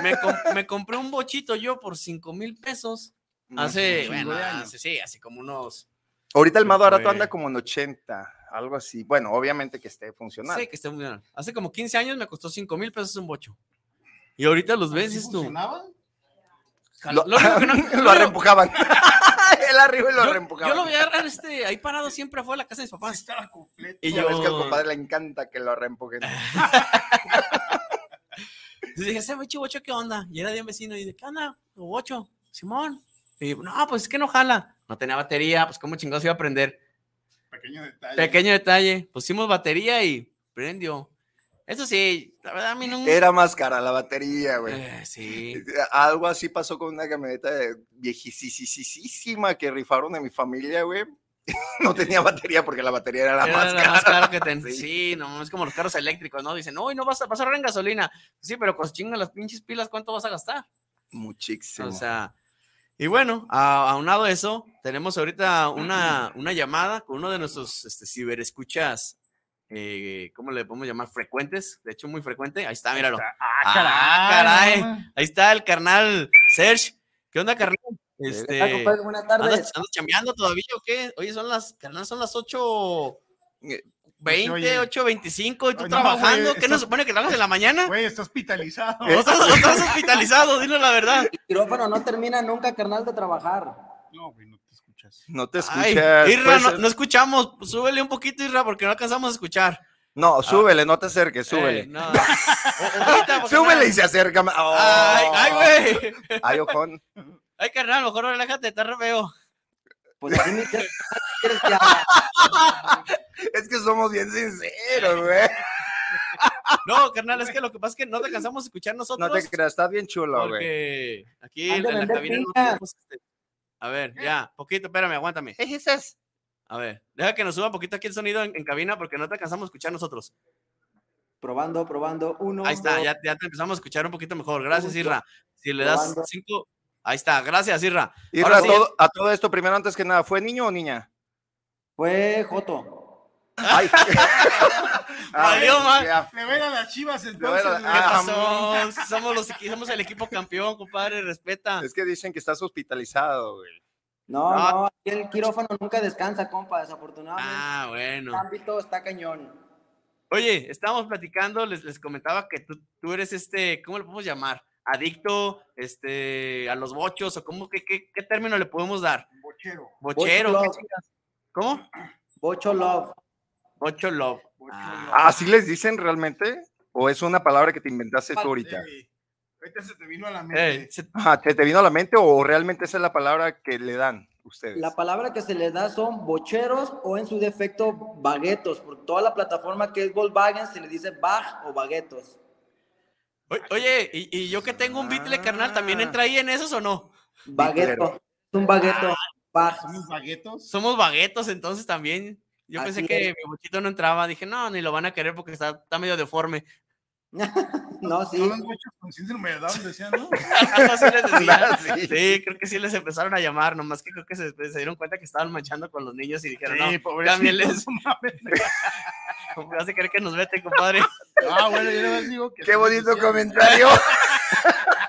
Speaker 2: me, me com- me compré un bochito yo por 5 mil pesos hace,
Speaker 3: chingo
Speaker 2: bueno,
Speaker 3: de años.
Speaker 2: hace- sí, hace como unos
Speaker 4: Ahorita el más barato
Speaker 2: fue.
Speaker 4: anda como en 80, algo así. Bueno, obviamente que esté funcionando.
Speaker 2: Sí, que está muy bien. Hace como 15 años me costó 5 mil pesos un bocho. Y ahorita los Pues ves y
Speaker 3: ¿Así
Speaker 2: es tú.
Speaker 3: funcionaba?
Speaker 4: Lo,
Speaker 2: Lo único que no- lo
Speaker 4: lo
Speaker 2: único-
Speaker 4: reempujaban. Él arriba y lo
Speaker 2: Yo,
Speaker 4: reempujaban.
Speaker 2: yo lo veía agarrar, este, ahí parado siempre afuera de la casa de mis papás.
Speaker 3: Estaba completo.
Speaker 2: Y
Speaker 4: Ya ves que al
Speaker 2: yo-
Speaker 4: compadre le encanta que lo reempujen.
Speaker 2: Ah. Y dije, ese bocho, bocho, ¿qué onda? Y era de un vecino y dije, ¿qué onda? Bocho, Simón. Y no, pues es que no jala. No tenía batería, pues cómo chingados iba a prender.
Speaker 3: Pequeño detalle.
Speaker 2: Pequeño detalle, pusimos batería y prendió. Eso sí, la verdad a mí no...
Speaker 4: Era más cara la batería, güey.
Speaker 2: Eh, sí.
Speaker 4: Algo así pasó con una camioneta de- viejísima que rifaron de mi familia, güey. No tenía batería porque la batería era la
Speaker 2: Era
Speaker 4: más
Speaker 2: la
Speaker 4: cara.
Speaker 2: más cara que ten-
Speaker 4: Sí.
Speaker 2: Sí. no, es como los carros eléctricos, ¿no? Dicen, uy, no vas a, vas a ahorrar en gasolina. Sí, pero con chinga las pinches pilas, ¿cuánto vas a gastar?
Speaker 4: Muchísimo.
Speaker 2: o sea, y bueno, a- aunado a eso, tenemos ahorita una, una llamada con uno de nuestros este, ciberescuchas, eh, ¿cómo le podemos llamar? Frecuentes, de hecho, muy frecuente. Ahí está, míralo.
Speaker 3: Ah,
Speaker 2: Ah,
Speaker 3: caray.
Speaker 2: caray.
Speaker 3: no mames.
Speaker 2: Ahí está el carnal Serge. ¿Qué onda, carnal? Este, ¿andas,
Speaker 4: buenas
Speaker 2: andas chambeando todavía o qué? Oye, son las, carnal, son las 8.
Speaker 4: Eh,
Speaker 2: 20,
Speaker 3: oye.
Speaker 2: 8.25 y tú
Speaker 3: Ay, no,
Speaker 2: trabajando.
Speaker 3: güey,
Speaker 2: ¿Qué nos
Speaker 3: estás-
Speaker 2: supone que trabajas en la mañana?
Speaker 3: Güey, está hospitalizado.
Speaker 4: Eh.
Speaker 2: ¿O estás, o estás hospitalizado? Dilo la verdad.
Speaker 5: quirófano no termina nunca, carnal, de trabajar.
Speaker 3: No, güey, no te escuchas.
Speaker 4: No te
Speaker 2: Ay,
Speaker 4: escuchas.
Speaker 2: Irra,
Speaker 4: puedes-
Speaker 2: no, no escuchamos. Súbele un poquito, Irra, porque no alcanzamos a escuchar.
Speaker 4: No, súbele, no te acerques, súbele.
Speaker 2: Ah. Eh, no. O- o quita, porque
Speaker 4: súbele
Speaker 2: no-
Speaker 4: y se acerca. ma- ¡Oh!
Speaker 2: Ay, ay, güey.
Speaker 4: Ay, ojón.
Speaker 2: Ay, carnal, mejor relájate, está re feo.
Speaker 5: Pues así me ¿qué quieres que haga?
Speaker 4: Es que somos bien sinceros, güey.
Speaker 2: No, carnal, es que lo que pasa es que no te alcanzamos a escuchar nosotros.
Speaker 4: No te creas, estás bien chulo, güey.
Speaker 2: porque aquí
Speaker 5: Han de
Speaker 2: en la
Speaker 5: vender
Speaker 2: cabina no
Speaker 5: piña.
Speaker 2: tenemos, este- A ver, ya, poquito, espérame, aguántame. A ver, deja que nos suba un poquito aquí el sonido en, en cabina porque no te alcanzamos a escuchar nosotros.
Speaker 5: Probando, probando. Uno.
Speaker 2: Ahí está,
Speaker 5: dos.
Speaker 2: ya, ya te empezamos a escuchar un poquito mejor. Gracias,
Speaker 5: Uy,
Speaker 2: Irra. Si le das
Speaker 5: probando.
Speaker 2: cinco. Ahí está, gracias, Irra.
Speaker 4: Irra,
Speaker 2: Ahora
Speaker 4: a
Speaker 2: sí.
Speaker 4: todo, a todo esto, primero, antes que nada, ¿fue niño o niña?
Speaker 5: Fue Joto.
Speaker 4: Ay.
Speaker 2: Valió, ma.
Speaker 4: ya.
Speaker 3: Le voy a ir a las chivas
Speaker 4: voy a
Speaker 3: entonces.
Speaker 4: ir a la-
Speaker 3: güey.
Speaker 2: ¿Qué
Speaker 4: Ah,
Speaker 2: pasó? Somos, los, equi- somos el equipo campeón, compadre, respeta.
Speaker 4: Es que dicen que estás hospitalizado, güey.
Speaker 5: No,
Speaker 2: No.
Speaker 5: no, aquí el quirófano nunca descansa, compa. Desafortunadamente,
Speaker 2: Ah,
Speaker 5: el
Speaker 2: bueno.
Speaker 5: ámbito está cañón.
Speaker 2: Oye, estábamos platicando, les, les comentaba que tú, tú eres este, ¿cómo le podemos llamar? Adicto, este, a los bochos, o cómo, qué, qué, qué término le podemos dar?
Speaker 3: Bochero.
Speaker 2: Bochero,
Speaker 5: Bocho
Speaker 2: ¿qué
Speaker 5: love.
Speaker 2: chingas? ¿cómo?
Speaker 5: Bocho Love.
Speaker 2: Bocho love.
Speaker 3: Bocho
Speaker 2: Ah,
Speaker 3: eh,
Speaker 4: ¿Así les dicen realmente? ¿O es una palabra que te inventaste tú ahorita?
Speaker 3: Sí. Ahorita se te vino a la
Speaker 2: Ey,
Speaker 3: mente.
Speaker 2: Eh, se-
Speaker 4: Ajá, ¿te, te vino a la mente o realmente esa es la palabra que le dan ustedes?
Speaker 2: Pues.
Speaker 5: La palabra que se les da son bocheros o en su defecto baguetos, porque toda la plataforma que es Volkswagen se le dice bag o baguetos.
Speaker 2: Oye, Oye, y, y yo que tengo un bitle, carnal, ¿también
Speaker 4: Ah.
Speaker 2: entra ahí en esos o no?
Speaker 5: Bagueto,
Speaker 4: Bitlero.
Speaker 5: es un
Speaker 2: Ah.
Speaker 5: bagueto, bag.
Speaker 3: ¿Son mis baguetos?
Speaker 2: Somos baguetos, entonces también. Yo pensé
Speaker 5: Así
Speaker 2: que
Speaker 5: es.
Speaker 2: mi bochito no entraba. Dije, no, ni lo van a querer porque está, está medio deforme.
Speaker 5: No, sí.
Speaker 3: Son los bochos con síndrome de Down, decían, ¿no?
Speaker 2: Algo así les decía.
Speaker 4: Sí.
Speaker 2: Ah, Sí, creo que sí les empezaron a llamar, nomás que creo que se, se dieron cuenta que estaban manchando con los niños y dijeron, no,
Speaker 3: pobrecito,
Speaker 2: cámbiales.
Speaker 3: no mames.
Speaker 2: ¿cómo vas a querer que nos vete, compadre?
Speaker 3: Ah, bueno, yo les digo que.
Speaker 4: Qué
Speaker 3: así
Speaker 4: bonito
Speaker 3: decía.
Speaker 4: comentario.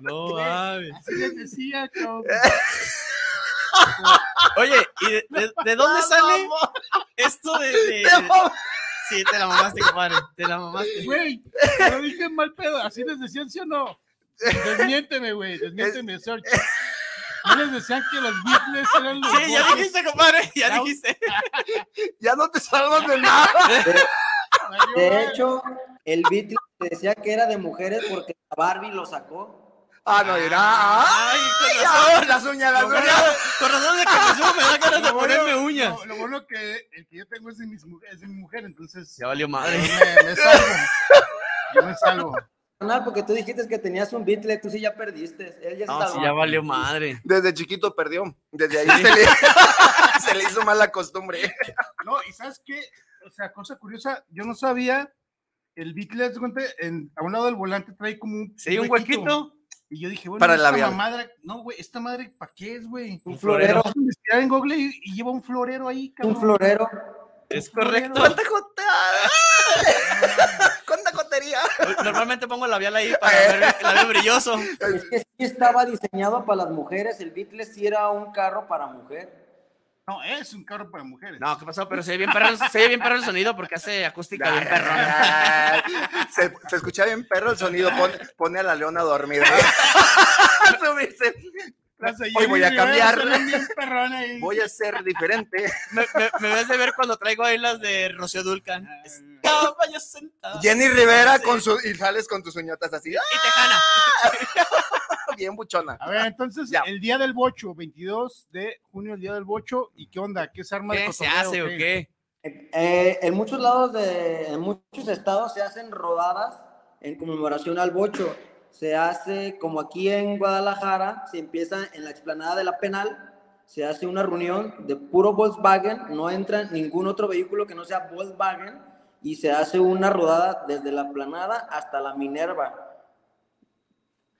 Speaker 2: No, mames.
Speaker 3: Así les decía, chavos.
Speaker 2: Oye, ¿y de, de- de dónde sale esto de, de- Sí, te la mamaste, compadre, te la mamaste.
Speaker 3: Güey, lo dije en mal pedo. Así les decían, ¿sí o no? Desmiénteme, güey. Desmiénteme, Sergio. No les decían que los Beatles eran los.
Speaker 2: Sí, ya
Speaker 3: bochos.
Speaker 2: dijiste, compadre, ya
Speaker 3: Ya-
Speaker 2: dijiste.
Speaker 4: ya no te salvas de nada.
Speaker 3: Valió
Speaker 5: De
Speaker 3: madre.
Speaker 5: hecho, el Beatle decía que era de mujeres porque la Barbie lo sacó.
Speaker 4: Ah, no, dirá. Ah,
Speaker 2: Ay, con
Speaker 4: ya,
Speaker 2: razón.
Speaker 4: las uñas, las
Speaker 2: Con
Speaker 4: uñas.
Speaker 2: razón- con razón de que me subo, me da ganas de
Speaker 3: Lo bueno-
Speaker 2: ponerme uñas.
Speaker 3: Lo, lo bueno que el que yo tengo es de, mis, mu- es de mi mujer, entonces.
Speaker 2: Ya valió
Speaker 3: Yo me,
Speaker 2: madre.
Speaker 3: me salvo. Yo me salvo.
Speaker 5: Carnal, porque tú dijiste que tenías un Beatle, tú sí ya perdiste. Él ya se
Speaker 2: No, sí,
Speaker 5: salvó.
Speaker 2: ya valió madre.
Speaker 4: Desde chiquito perdió. Desde ahí se, le, se le hizo mala costumbre.
Speaker 3: No, y sabes qué, o sea, cosa curiosa, yo no sabía, el Beatle, haz de cuenta, en- a un lado del volante trae como un,
Speaker 2: Sí, un huequito.
Speaker 3: Y yo dije, bueno,
Speaker 4: Para el
Speaker 3: esta
Speaker 4: labial.
Speaker 3: madre, no, güey, esta madre, ¿para qué es, güey?
Speaker 5: Un
Speaker 2: florero.
Speaker 5: florero,
Speaker 3: Vamos a investigar en Google y, y lleva un florero ahí,
Speaker 5: un
Speaker 3: cabrón.
Speaker 5: florero.
Speaker 2: Es
Speaker 3: florero.
Speaker 2: correcto.
Speaker 4: ¿Cuánta cotería?
Speaker 2: Normalmente pongo el labial ahí para ver el labial brilloso.
Speaker 5: Es que sí estaba diseñado para las mujeres, el Beatle sí era un carro para mujer.
Speaker 3: No, es un carro para mujeres.
Speaker 2: No, ¿qué pasó? Pero se ve bien perro, se ve bien perro el sonido porque hace acústica bien perrona.
Speaker 4: Ay, se, se escucha bien perro el sonido. pon- pone a la leona a dormir. Subirse.
Speaker 3: Las de
Speaker 4: Hoy
Speaker 3: Jenny
Speaker 4: voy a
Speaker 3: Rivera
Speaker 4: cambiar.
Speaker 3: suenan bien perrón ahí.
Speaker 4: Voy a ser diferente.
Speaker 2: Me, me, me ves de ver cuando traigo ahí las de Rocío Dulcan. Estaba yo sentado.
Speaker 4: Jenny Rivera con su, y sales con tus uñotas así.
Speaker 2: Ah, Y Tejana.
Speaker 4: ¡ah! Bien buchona.
Speaker 3: A ver, entonces,
Speaker 4: Ya.
Speaker 3: el día del bocho, 22 de junio, el día del bocho, ¿y qué onda? ¿Qué es arma de
Speaker 2: ¿Qué se
Speaker 3: cotorreo,
Speaker 2: hace o qué?
Speaker 5: Eh, en muchos lados de, en muchos estados se hacen rodadas en conmemoración al bocho. Se hace como aquí en Guadalajara, se empieza en la explanada de la penal, se hace una reunión de puro Volkswagen, no entra ningún otro vehículo que no sea Volkswagen y se hace una rodada desde la planada hasta la Minerva.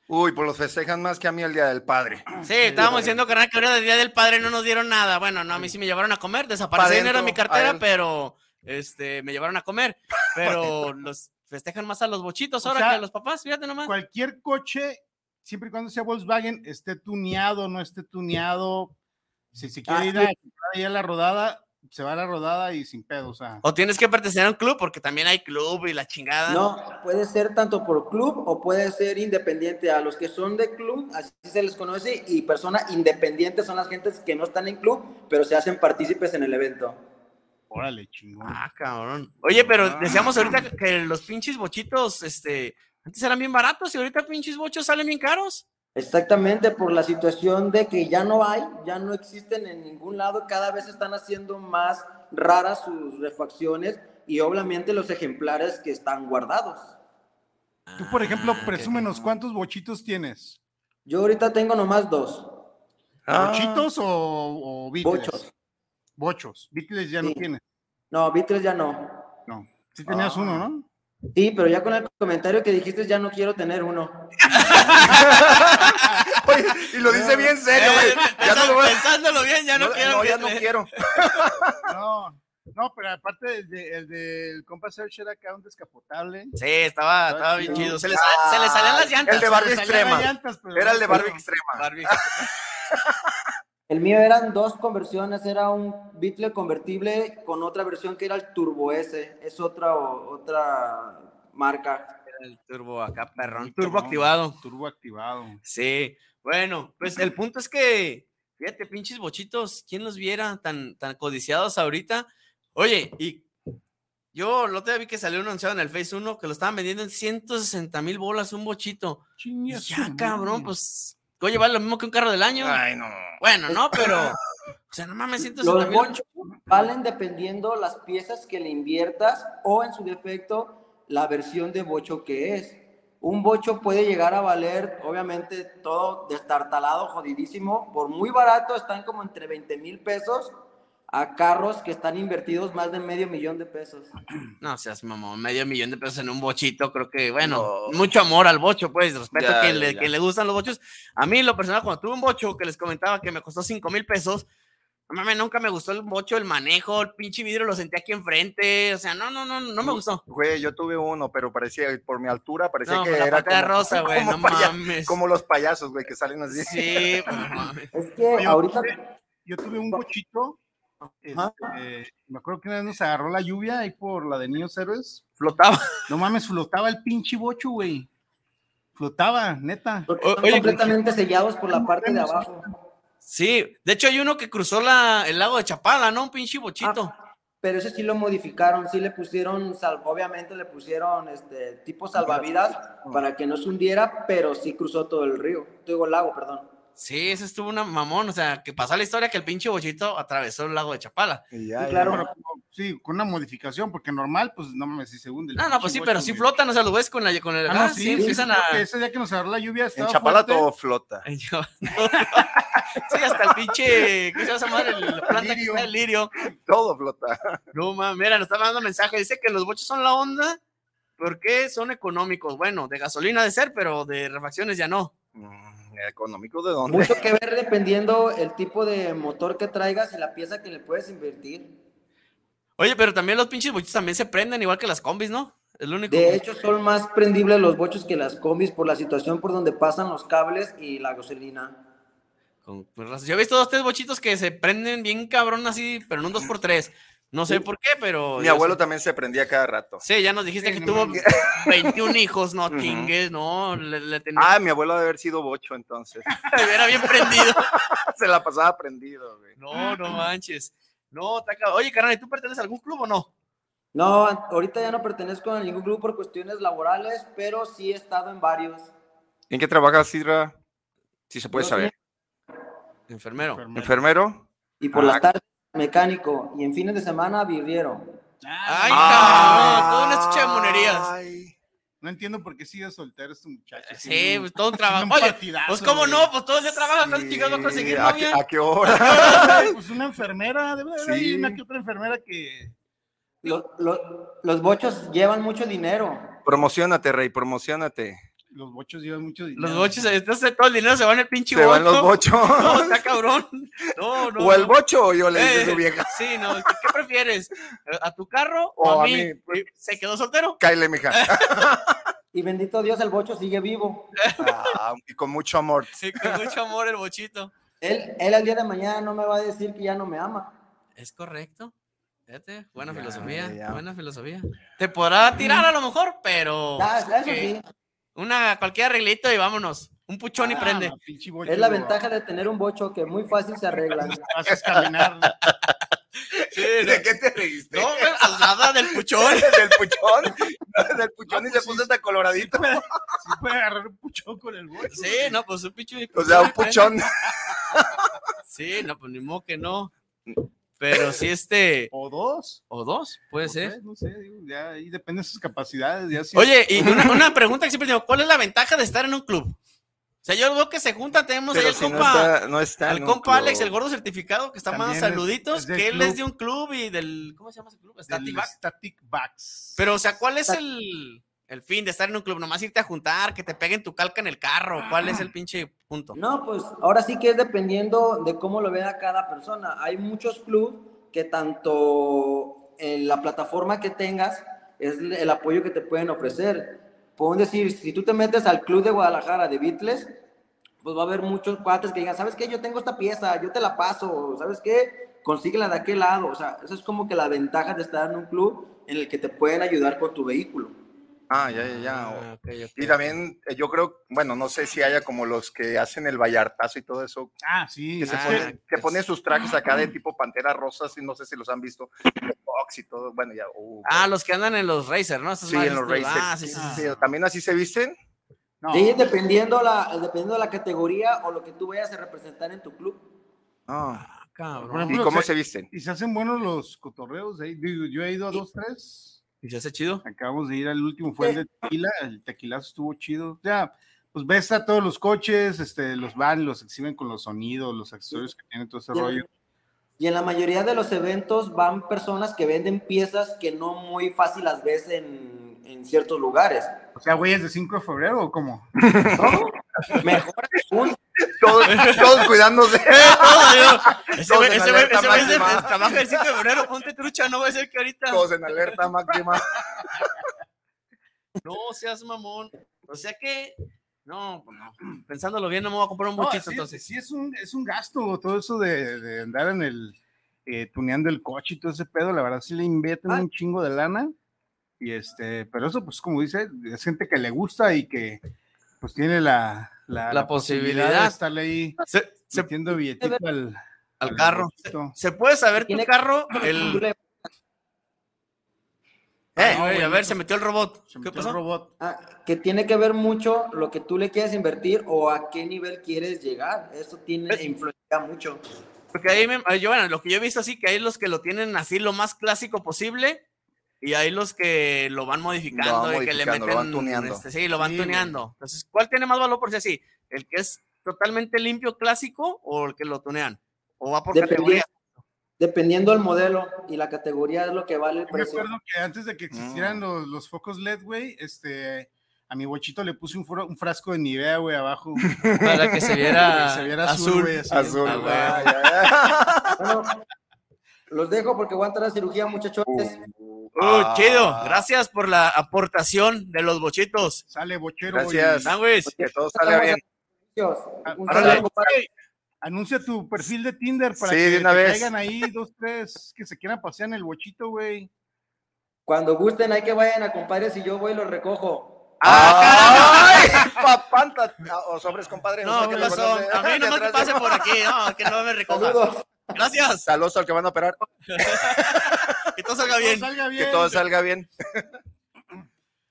Speaker 4: Uy, pues los festejan más que a mí el Día del Padre.
Speaker 2: Sí, estábamos diciendo, carnal, que ahora del Día del Padre no nos dieron nada. Bueno, no, a mí sí me llevaron a comer. Desapareció
Speaker 4: Pa'
Speaker 2: dinero en
Speaker 4: dentro,
Speaker 2: mi cartera,
Speaker 4: adentro.
Speaker 2: pero este, me llevaron a comer. Pero los festejan más a los bochitos
Speaker 3: O
Speaker 2: ahora
Speaker 3: sea,
Speaker 2: que a los papás, fíjate nomás.
Speaker 3: cualquier coche, siempre y cuando sea Volkswagen, esté tuneado, no esté tuneado, si se quiere
Speaker 5: Ah,
Speaker 3: ir a, ahí a la rodada, se va a la rodada y sin pedo, o sea.
Speaker 2: O tienes que pertenecer a un club porque también hay club y la chingada.
Speaker 5: No, puede ser tanto por club o puede ser independiente. A los que son de club, así se les conoce, y personas independientes son las gentes que no están en club, pero se hacen partícipes en el evento.
Speaker 3: Órale, chingón.
Speaker 2: Ah, cabrón. Ah. Oye, pero decíamos ahorita que los pinches bochitos, este, antes eran bien baratos y ahorita pinches bochos salen bien caros.
Speaker 5: Exactamente, por la situación de que ya no hay, ya no existen en ningún lado, cada vez están haciendo más raras sus refacciones y obviamente los ejemplares que están guardados.
Speaker 3: Tú, por ejemplo,
Speaker 2: Ah,
Speaker 3: presúmenos, ¿cuántos bochitos tienes?
Speaker 5: Yo ahorita tengo nomás dos,
Speaker 4: Ah.
Speaker 3: Ah. ¿Bochitos o, o Beatles?
Speaker 5: bochos.
Speaker 3: Bochos. Beatles ya no
Speaker 5: Sí.
Speaker 3: tienes.
Speaker 5: No, Beatles ya no.
Speaker 3: No. Sí tenías
Speaker 4: Ah.
Speaker 3: uno, ¿no?
Speaker 5: Sí, pero ya con el comentario que dijiste ya no quiero tener uno.
Speaker 4: Oye, y lo dice bien serio,
Speaker 2: Eh,
Speaker 4: güey. Ya no
Speaker 2: pensa-
Speaker 4: lo voy a-
Speaker 2: Pensándolo bien, ya no,
Speaker 4: no,
Speaker 2: quiero.
Speaker 4: no, ya no
Speaker 2: fíjate.
Speaker 4: quiero.
Speaker 3: No. No, pero aparte el, de- el del compa Serge era acá un descapotable.
Speaker 2: Sí, estaba, estaba bien
Speaker 3: chido.
Speaker 2: chido. Se le, sal- se le salían las llantas.
Speaker 4: Ah, El de Barbie
Speaker 3: Le salían
Speaker 4: Extrema.
Speaker 3: llantas, pero
Speaker 4: Era el de
Speaker 3: bueno,
Speaker 4: Barbie Extrema.
Speaker 2: Barbie.
Speaker 5: El mío eran dos conversiones, era un Beetle convertible con otra versión que era el Turbo S, es otra otra marca.
Speaker 2: El turbo acá, perrón.
Speaker 3: Turbo,
Speaker 2: Turbo activado.
Speaker 3: Turbo activado.
Speaker 2: Sí. Bueno, pues el punto es que, fíjate, pinches bochitos, ¿quién los viera tan, tan codiciados ahorita? Oye, y Yo el otro día vi que salió un anunciado en el Face 1 que lo estaban vendiendo en 160 mil bolas un bochito. Y
Speaker 3: Chingue su
Speaker 2: ya,
Speaker 3: madre.
Speaker 2: cabrón, pues. Oye, vale lo mismo que un carro del año.
Speaker 4: Ay, no.
Speaker 2: Bueno, no, pero. O sea, no mames, 160
Speaker 5: Los
Speaker 2: mil.
Speaker 5: bochos valen dependiendo las piezas que le inviertas o en su defecto la versión de bocho que es. Un bocho puede llegar a valer, obviamente, todo destartalado, jodidísimo. Por muy barato están como entre 20 mil pesos a carros que están invertidos más de medio millón de pesos.
Speaker 2: No seas mamón, medio millón de pesos en un bochito, creo que, bueno, mucho amor al bocho, pues, respeto
Speaker 4: Ya,
Speaker 2: a quien,
Speaker 4: ya,
Speaker 2: le,
Speaker 4: ya.
Speaker 2: quien le gustan los bochos. A mí, en lo personal, cuando tuve un bocho que les comentaba que me costó cinco mil pesos, no mames, nunca me gustó el bocho, el manejo, el pinche vidrio lo sentí aquí enfrente, o sea, no, no, no, no me
Speaker 4: Mm,
Speaker 2: gustó.
Speaker 4: Güey, yo tuve uno, pero parecía, eh, por mi altura, parecía
Speaker 2: No,
Speaker 4: que
Speaker 2: pues, la
Speaker 4: era
Speaker 2: pantalla
Speaker 4: como,
Speaker 2: rosa, güey,
Speaker 4: como
Speaker 2: no
Speaker 4: paya-
Speaker 2: mames.
Speaker 4: como los payasos, güey, que salen así.
Speaker 2: Sí, pues, no mames.
Speaker 5: Es que
Speaker 3: Oye,
Speaker 5: ahorita...
Speaker 3: Yo tuve un bochito. este, me acuerdo que una vez nos agarró la lluvia ahí por la de Niños Héroes.
Speaker 2: flotaba.
Speaker 3: No mames, flotaba el pinche bocho, güey. Flotaba, neta.
Speaker 5: porque
Speaker 2: O-
Speaker 5: están
Speaker 2: oye,
Speaker 5: completamente sellados por la parte de abajo.
Speaker 2: Sí, de hecho hay uno que cruzó la, el lago de Chapala, ¿no? Un pinche bochito.
Speaker 5: Ah, pero ese sí lo modificaron, sí le pusieron, sal- obviamente le pusieron este tipo salvavidas para que no se hundiera, pero sí cruzó todo el río, digo lago, perdón.
Speaker 2: Sí, ese estuvo una mamón, o sea, que pasó la historia que el pinche bochito atravesó el lago de Chapala.
Speaker 4: Y ya,
Speaker 5: Sí,
Speaker 4: ya.
Speaker 5: claro.
Speaker 3: Pero, sí, con una modificación, porque normal, pues no mames, si se hunde. el
Speaker 2: No, no,
Speaker 3: pinche
Speaker 2: pues sí,
Speaker 3: bocho,
Speaker 2: pero sí
Speaker 3: güey.
Speaker 2: flotan, o sea, lo ves con la. Con el,
Speaker 3: Ah, no,
Speaker 2: ah,
Speaker 3: sí,
Speaker 2: sí,
Speaker 3: sí,
Speaker 2: empiezan
Speaker 3: creo
Speaker 2: a.
Speaker 3: que Ese día que nos agarró la lluvia
Speaker 4: En
Speaker 3: estaba
Speaker 4: Chapala
Speaker 3: fuerte.
Speaker 4: todo flota.
Speaker 2: Ay, yo- sí, hasta el pinche. ¿Qué se llama esa madre? La planta que
Speaker 3: Lirio.
Speaker 2: está el lirio.
Speaker 4: Todo flota.
Speaker 2: No mames, mira, nos está mandando mensaje. Dice que los bochos son la onda porque son económicos. Bueno, de gasolina ha de ser, pero de refacciones ya no.
Speaker 4: Mm, ¿Económico de dónde?
Speaker 5: Mucho que ver dependiendo el tipo de motor que traigas y la pieza que le puedes invertir.
Speaker 2: Oye, pero también los pinches bochos también se prenden, igual que las combis, ¿no? El único.
Speaker 5: De hecho, son más prendibles los bochos que las combis por la situación por donde pasan los cables y la gasolina.
Speaker 2: con- con razón. Yo he visto dos, tres bochitos que se prenden bien cabrón así, pero en un 2x3. No sé por qué, pero.
Speaker 4: Mi
Speaker 2: yo
Speaker 4: abuelo
Speaker 2: sí-
Speaker 4: también se prendía cada rato.
Speaker 2: Sí, ya nos dijiste
Speaker 3: Sí,
Speaker 2: que
Speaker 3: no
Speaker 2: tuvo
Speaker 3: mames.
Speaker 2: 21 hijos, no
Speaker 4: Ujú.
Speaker 2: chingues, no, le, le tenía
Speaker 4: Ah, mi abuelo debe haber sido bocho entonces.
Speaker 2: era bien prendido.
Speaker 4: Se la pasaba prendido, güey.
Speaker 2: No, no manches. No, está acabado. Oye, carnal, ¿y tú perteneces a algún club o no?
Speaker 5: No, ahorita ya no pertenezco a ningún grupo por cuestiones laborales, pero sí he estado en varios.
Speaker 4: ¿En qué trabajas, Sidra? Si se puede
Speaker 5: Yo
Speaker 4: saber.
Speaker 2: Enfermero.
Speaker 4: ¿Enfermero?
Speaker 5: Y por
Speaker 4: Ah.
Speaker 5: las tardes, mecánico. Y en fines de semana, vidriero.
Speaker 2: Ay,
Speaker 3: no.
Speaker 2: cabrón, todo una estuche de monerías.
Speaker 4: Ah, Ay.
Speaker 3: No entiendo por qué sigue soltero este muchacho.
Speaker 2: Sí, pues todo un trabajo.
Speaker 3: trabajo.
Speaker 2: Oye, pues cómo no, pues todos ya trabajan,
Speaker 4: Sí,
Speaker 2: están chingados a conseguir
Speaker 4: ¿A qué,
Speaker 2: novia.
Speaker 4: a qué hora?
Speaker 3: Pues una enfermera, debe de haber
Speaker 4: Sí.
Speaker 3: ahí una que otra enfermera que.
Speaker 5: Lo- lo- los bochos llevan mucho dinero.
Speaker 4: Promocionate, Rey, promocionate.
Speaker 3: Los bochos llevan mucho dinero.
Speaker 2: Los boches, entonces todo el dinero se va en el pinche
Speaker 4: Se van
Speaker 2: bocho.
Speaker 4: los
Speaker 2: No,
Speaker 4: bochos.
Speaker 2: está cabrón. No, no.
Speaker 4: o el
Speaker 2: no.
Speaker 4: bocho, yo le dije a
Speaker 2: Eh,
Speaker 4: su vieja.
Speaker 2: Sí, no, ¿qué qué prefieres? ¿A tu carro o, a, mí?
Speaker 4: pues.
Speaker 2: ¿Se quedó soltero?
Speaker 4: Cáele, mija.
Speaker 5: Y bendito Dios, el bocho sigue vivo.
Speaker 4: Ah, y con mucho amor.
Speaker 2: Sí, con mucho amor el bochito.
Speaker 5: Él, él al día de mañana no me va a decir que ya no me ama.
Speaker 2: Es correcto. Fíjate, buena
Speaker 4: Ya,
Speaker 2: filosofía,
Speaker 4: ya.
Speaker 2: buena filosofía. Te podrá tirar a lo mejor, pero
Speaker 5: Ya, eso
Speaker 2: eh,
Speaker 5: sí,
Speaker 2: una cualquier arreglito y vámonos. Un puchón y
Speaker 5: Ah,
Speaker 2: prende.
Speaker 5: es la ventaja de tener un bocho que muy fácil se arregla.
Speaker 3: Haces caminar.
Speaker 4: ¿De qué te reíste?
Speaker 2: No, pues, pues, nada del puchón.
Speaker 4: Del puchón. Del puchón y se puso hasta coloradito.
Speaker 3: Sí puede agarrar un puchón con el bocho.
Speaker 2: Sí, no, pues un pichu- puchón.
Speaker 4: O sea,
Speaker 2: y
Speaker 4: un
Speaker 2: prende.
Speaker 4: puchón.
Speaker 2: Sí, no, pues ni modo que no. Pero si este,
Speaker 3: O dos.
Speaker 2: o dos, puede
Speaker 3: no sé,
Speaker 2: ser.
Speaker 3: No sé, digo, ya ahí depende de sus capacidades. ya si-
Speaker 2: Oye, y una, una pregunta que siempre digo, ¿cuál es la ventaja de estar en un club? O sea, yo veo que se juntan, tenemos ahí
Speaker 4: Pero
Speaker 2: el
Speaker 4: si no
Speaker 2: compa.
Speaker 4: está- no está
Speaker 2: Al
Speaker 4: en un
Speaker 2: compa Alex,
Speaker 4: club.
Speaker 2: el gordo certificado, que está más
Speaker 3: También es-
Speaker 2: saluditos,
Speaker 3: es del
Speaker 2: que él es
Speaker 3: club.
Speaker 2: de un club y del. ¿Cómo se llama ese club?
Speaker 3: del
Speaker 2: Static Back.
Speaker 3: Static Backs.
Speaker 2: Pero, o sea, ¿cuál es
Speaker 5: Stat-
Speaker 2: el, el fin de estar en un club? Nomás irte a juntar, que te peguen tu calca en el carro. ¿Cuál es el pinche punto?
Speaker 5: No, pues ahora sí que es dependiendo de cómo lo vea cada persona. Hay muchos clubes que tanto en la plataforma que tengas es l- el apoyo que te pueden ofrecer. Pueden decir, si tú te metes al club de Guadalajara de Beatles, pues va a haber muchos cuates que digan, ¿sabes qué? Yo tengo esta pieza, yo te la paso, ¿sabes qué? Consíguela de aquel lado. O sea, eso es como que la ventaja de estar en un club en el que te pueden ayudar con tu vehículo.
Speaker 4: Ah, ya, ya, ya. o-
Speaker 2: Ah, ok, ok,
Speaker 4: Y
Speaker 2: ok.
Speaker 4: también eh, yo creo, bueno, no sé si haya como los que hacen el vallartazo y todo eso,
Speaker 3: Ah, sí.
Speaker 4: que se
Speaker 3: ah,
Speaker 4: ponen, que ponen sus trajes acá de tipo pantera rosas y no sé si los han visto. Fox y todo. Bueno, ya. uh,
Speaker 2: Ah, los que andan en los Racer, ¿no? Esas
Speaker 4: sí,
Speaker 2: madres
Speaker 4: en los
Speaker 2: de-
Speaker 4: races.
Speaker 2: Ah, sí, sí, sí, sí.
Speaker 4: Pero También así se visten.
Speaker 3: No,
Speaker 5: Sí, dependiendo la, dependiendo de la categoría o lo que tú vayas a representar en tu club.
Speaker 2: Ah, cabrón.
Speaker 3: Por
Speaker 4: ¿Y
Speaker 3: ejemplo,
Speaker 4: cómo
Speaker 3: se-
Speaker 4: se visten?
Speaker 3: Y se hacen buenos los cotorreos. ahí. Digo, Yo he ido a dos, tres.
Speaker 2: ¿Y se hace chido?
Speaker 3: Acabamos de ir al último, fue el de tequila, el tequilazo estuvo chido. Ya, pues ves a todos los coches, este, los van, los exhiben con los sonidos, los accesorios que tienen todo ese
Speaker 5: Y en-
Speaker 3: rollo.
Speaker 5: Y en la mayoría de los eventos van personas que venden piezas que no muy fácil las ves en, en ciertos lugares.
Speaker 3: O sea, güey, es de 5 de febrero o cómo?
Speaker 5: Mejor aún,
Speaker 4: Todos, todos cuidándose.
Speaker 2: Ese
Speaker 4: Todos
Speaker 2: güey
Speaker 4: en
Speaker 2: ese güey-
Speaker 4: alerta
Speaker 2: ese güey es de-
Speaker 4: máxima.
Speaker 2: es- trabaja el 5 de febrero, ponte trucha, no va a ser que ahorita.
Speaker 4: todos en alerta máxima.
Speaker 2: No seas mamón. O sea que, no, pues no. pensándolo bien, no me voy a comprar un
Speaker 3: No,
Speaker 2: buchito
Speaker 3: sí,
Speaker 2: entonces.
Speaker 3: sí es un, es un gasto todo eso de, de andar en el, eh, tuneando el coche y todo ese pedo, la verdad sí le invierten
Speaker 5: Ah.
Speaker 3: un chingo de lana. Y este, pero eso pues como dice, es gente que le gusta y que pues tiene la, la,
Speaker 2: La
Speaker 3: de
Speaker 2: posibilidad.
Speaker 3: estarle ahí
Speaker 2: Se, se-
Speaker 3: metiendo billetito al,
Speaker 2: al carro.
Speaker 3: cochito.
Speaker 2: ¿Se puede saber tu
Speaker 5: Tiene-
Speaker 2: carro?
Speaker 5: tú
Speaker 2: El,
Speaker 5: le-
Speaker 2: Ay,
Speaker 3: no,
Speaker 2: güey, a
Speaker 3: güey,
Speaker 2: ver, se metió el robot.
Speaker 3: Se
Speaker 2: ¿Qué
Speaker 3: metió el
Speaker 2: pasó?
Speaker 3: robot.
Speaker 5: ah, que tiene que ver mucho lo que tú le quieres invertir o a qué nivel quieres llegar. Eso tiene e
Speaker 2: Es-
Speaker 5: influencia mucho.
Speaker 2: Porque ahí, me, ah, yo, bueno, lo que yo he visto así, que hay los que lo tienen así lo más clásico posible y hay los que lo van modificando,
Speaker 4: Lo van
Speaker 2: y que le
Speaker 4: modificando,
Speaker 2: meten.
Speaker 4: lo van tuneando.
Speaker 2: este, sí, lo van
Speaker 3: Sí, güey.
Speaker 2: tuneando. Entonces, ¿cuál tiene más valor por si así? ¿El que es totalmente limpio clásico o el que lo tunean? ¿O va por categoría?
Speaker 5: Dependiendo, dependiendo del modelo y la categoría es lo que vale el
Speaker 3: Yo me
Speaker 5: precio.
Speaker 3: acuerdo que antes de que existieran
Speaker 4: Mm.
Speaker 3: los, los focos LED, güey, este, a mi bochito le puse un, fro- un frasco de Nivea, güey, abajo.
Speaker 2: Para que se
Speaker 3: para
Speaker 2: viera,
Speaker 3: que se viera azul, güey. así.
Speaker 4: Azul,
Speaker 2: Ah,
Speaker 4: güey.
Speaker 2: güey.
Speaker 4: Ay, ay,
Speaker 5: Bueno, los dejo porque voy a entrar a cirugía, muchachos.
Speaker 4: ay.
Speaker 2: Uh,
Speaker 4: Ah,
Speaker 2: chido, gracias por la aportación de los bochitos.
Speaker 3: Sale bochero, güey.
Speaker 4: Gracias.
Speaker 2: Sandwich,
Speaker 4: Que todo salga bien. Ah,
Speaker 5: Un
Speaker 3: Árale.
Speaker 5: saludo, compadre.
Speaker 3: Anuncia tu perfil de Tinder para
Speaker 4: Sí,
Speaker 3: que
Speaker 4: de una
Speaker 3: te
Speaker 4: vez.
Speaker 3: caigan ahí dos, tres que se quieran pasear en el bochito, güey.
Speaker 5: Cuando gusten, hay que vayan a compadres y yo voy y los recojo.
Speaker 4: Ah, ¡Ay! Papanta. Ah, O sobres, compadre.
Speaker 2: Ah. No, ¿qué
Speaker 4: sé
Speaker 2: pasó?
Speaker 4: qué le
Speaker 2: A mí
Speaker 4: ponen de-
Speaker 2: nomás
Speaker 4: de
Speaker 2: que
Speaker 4: atrás de-
Speaker 2: pase por aquí, no, que no me recoja.
Speaker 5: Saludos.
Speaker 2: Gracias,
Speaker 4: Saludos al que van a operar.
Speaker 2: que todo salga
Speaker 3: Que
Speaker 2: bien.
Speaker 3: todo salga
Speaker 4: Que
Speaker 3: bien.
Speaker 4: todo salga bien.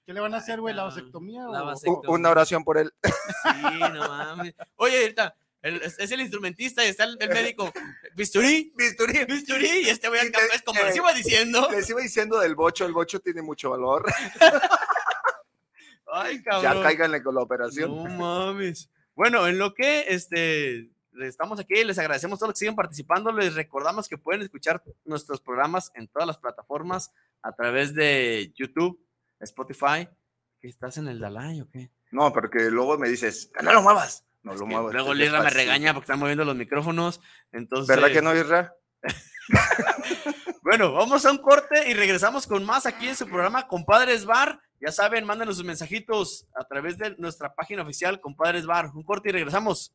Speaker 3: ¿Qué le van a hacer, güey? ¿La
Speaker 2: Ah,
Speaker 3: vasectomía?
Speaker 2: la
Speaker 3: o-
Speaker 2: vase-
Speaker 4: U- Una oración por él.
Speaker 2: Sí, no mames. Oye, ahorita, el- es, es el instrumentista y está el, el médico. Bisturí, bisturí, bisturí. Y este voy a
Speaker 4: Y te-
Speaker 2: es como
Speaker 4: eh,
Speaker 2: les iba diciendo.
Speaker 4: Les iba diciendo del bocho. El bocho tiene mucho valor.
Speaker 2: Ay,
Speaker 4: Ya
Speaker 2: cabrón.
Speaker 4: cáiganle con la operación.
Speaker 2: No mames. Bueno, en lo que este, estamos aquí, les agradecemos a todos los que siguen participando. Les recordamos que pueden escuchar nuestros programas en todas las plataformas a través de YouTube, Spotify. ¿Que estás en el Dalai o qué?
Speaker 4: No, porque luego me dices, no lo muevas. No lo
Speaker 2: Que
Speaker 4: muevas.
Speaker 2: Luego
Speaker 4: Lira
Speaker 2: Lira me regaña porque están moviendo los micrófonos. Entonces,
Speaker 4: ¿Verdad que no, Isra?
Speaker 2: Bueno, vamos a un corte y regresamos con más aquí en su programa Compadres Bar. Ya saben, mándenos sus mensajitos a través de nuestra página oficial Compadres Bar. Un corte y regresamos.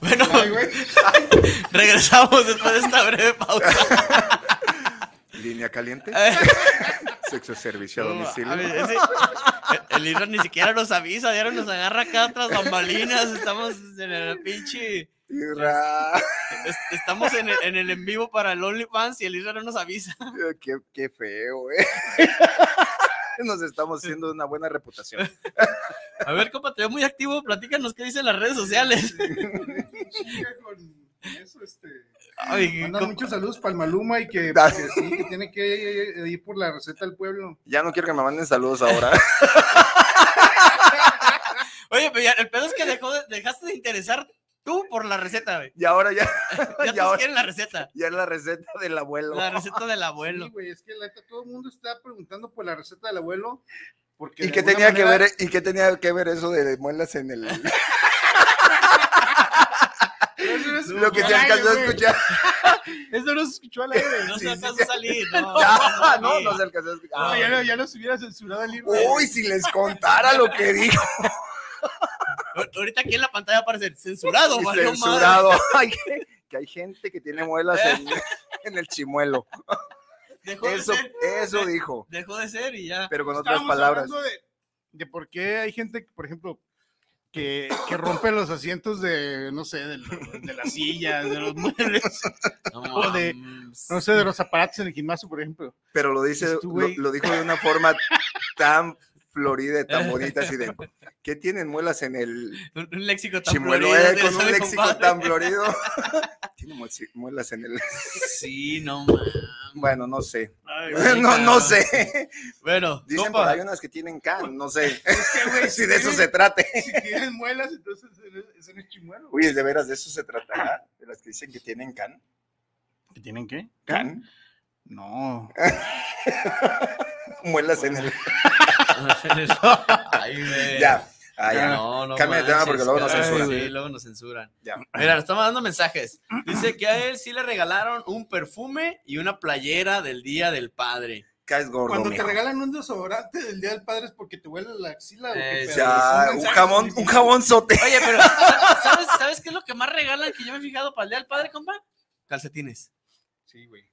Speaker 2: Bueno,
Speaker 3: Ay, güey.
Speaker 2: regresamos después de esta breve pausa.
Speaker 4: Línea caliente, sexo servicio a
Speaker 2: No,
Speaker 4: domicilio.
Speaker 2: a ver, ese- el libro ni siquiera nos avisa, diario nos agarra acá tras bambalinas, estamos en el pinche...
Speaker 4: Irra,
Speaker 2: es- Estamos en el, en el en vivo para el OnlyFans y el Isra no nos avisa.
Speaker 4: qué, qué feo, eh. Nos estamos haciendo una buena reputación.
Speaker 2: A ver, compa, te veo muy activo, platícanos qué dicen las redes sociales.
Speaker 3: Chica con eso, este,
Speaker 2: Ay,
Speaker 3: Mandan
Speaker 2: compa,
Speaker 3: muchos saludos para el Maluma y que,
Speaker 4: Da-
Speaker 3: que sí, que tiene que ir- ir por la receta del pueblo.
Speaker 4: Ya no quiero que me manden saludos ahora.
Speaker 2: Oye, pero ya, el pedo es que dejó de- dejaste de interesar tú por la receta, güey.
Speaker 4: Y ahora ya,
Speaker 2: Ya
Speaker 4: Y
Speaker 2: todos
Speaker 4: ahora-
Speaker 2: quieren la receta.
Speaker 4: ya la receta del abuelo.
Speaker 2: La receta del
Speaker 3: Sí,
Speaker 2: abuelo.
Speaker 3: güey, es que la neta, todo el mundo está preguntando por la receta del abuelo. Porque
Speaker 4: ¿Y
Speaker 3: de
Speaker 4: qué
Speaker 3: alguna
Speaker 4: tenía que
Speaker 3: manera-
Speaker 4: ver, y qué tenía que ver eso de muelas en el
Speaker 3: Eso es-
Speaker 4: lo que se
Speaker 3: Ay,
Speaker 4: alcanzó a
Speaker 3: güey,
Speaker 4: escuchar?
Speaker 3: Eso no se escuchó al aire.
Speaker 2: No
Speaker 3: sí,
Speaker 2: se
Speaker 3: sí,
Speaker 2: alcanzó
Speaker 3: sí.
Speaker 2: a salir. No,
Speaker 4: Ah,
Speaker 2: no,
Speaker 4: no, no se alcanzó a escuchar.
Speaker 3: No,
Speaker 4: Ah,
Speaker 3: ya, lo- ya los hubiera censurado al libro.
Speaker 4: Uy, si les contara lo que dijo
Speaker 2: Ahorita aquí en la pantalla aparece censurado,
Speaker 4: y
Speaker 2: valió madre.
Speaker 4: censurado. Ay, que, que hay gente que tiene muelas en, en el chimuelo.
Speaker 2: Dejó
Speaker 4: Eso,
Speaker 2: de ser.
Speaker 4: eso dijo,
Speaker 2: Dejó de ser y ya.
Speaker 4: pero con otras
Speaker 3: Estábamos
Speaker 4: palabras.
Speaker 3: hablando de, de por qué hay gente, por ejemplo, que, que rompe los asientos de, no sé, de, lo- de las sillas, de los muebles, O de- no sé, de los aparatos en el gimnasio, por ejemplo.
Speaker 4: Pero lo dice,
Speaker 3: Dices tú,
Speaker 4: lo,
Speaker 3: güey.
Speaker 4: lo dijo de una forma tan florida, y tan bonita, así de que tienen muelas en el
Speaker 2: Un, un léxico tan
Speaker 4: chimuelo,
Speaker 2: florido,
Speaker 4: eh,
Speaker 2: de
Speaker 4: con
Speaker 2: sabe,
Speaker 4: un léxico
Speaker 2: compadre.
Speaker 4: tan florido. Tienen muel- muelas en el.
Speaker 2: Sí, no mames.
Speaker 4: Bueno, no sé.
Speaker 2: Ay, güey,
Speaker 4: No, no
Speaker 2: cabrón.
Speaker 4: sé.
Speaker 2: Bueno,
Speaker 4: Dicen
Speaker 2: compa,
Speaker 4: por ahí unas que tienen can, no sé.
Speaker 3: güey,
Speaker 4: Si de eso
Speaker 3: sí.
Speaker 4: se trate.
Speaker 3: Si tienen muelas, entonces es un chimuelo.
Speaker 4: Uy, de veras, de eso se tratará. De las que dicen que tienen can.
Speaker 3: ¿Que tienen qué?
Speaker 4: Can.
Speaker 3: No.
Speaker 4: Ah, Muelas en el.
Speaker 2: Ay, güey.
Speaker 4: Ya. Ah, ya.
Speaker 2: No, no
Speaker 4: Cambia de tema
Speaker 2: manches,
Speaker 4: porque luego nos
Speaker 2: caray,
Speaker 4: censuran.
Speaker 2: Sí, luego nos censuran.
Speaker 4: Ya.
Speaker 2: Mira, estamos dando mensajes. Dice que a él sí le regalaron un perfume y una playera del Día del Padre.
Speaker 4: Caes gordo,
Speaker 3: Cuando te
Speaker 4: mijo.
Speaker 3: regalan un desodorante del Día del Padre es porque te huele la axila. o qué
Speaker 2: Eh,
Speaker 3: pedo?
Speaker 4: Ya,
Speaker 3: Es
Speaker 4: un
Speaker 3: mensaje
Speaker 4: jamón, un
Speaker 3: subliminal.
Speaker 4: jamón sote.
Speaker 2: Oye, pero ¿sa- ¿sabes, ¿sabes qué es lo que más regalan que yo me he fijado para el Día del Padre, compa? Calcetines.
Speaker 3: Sí, güey.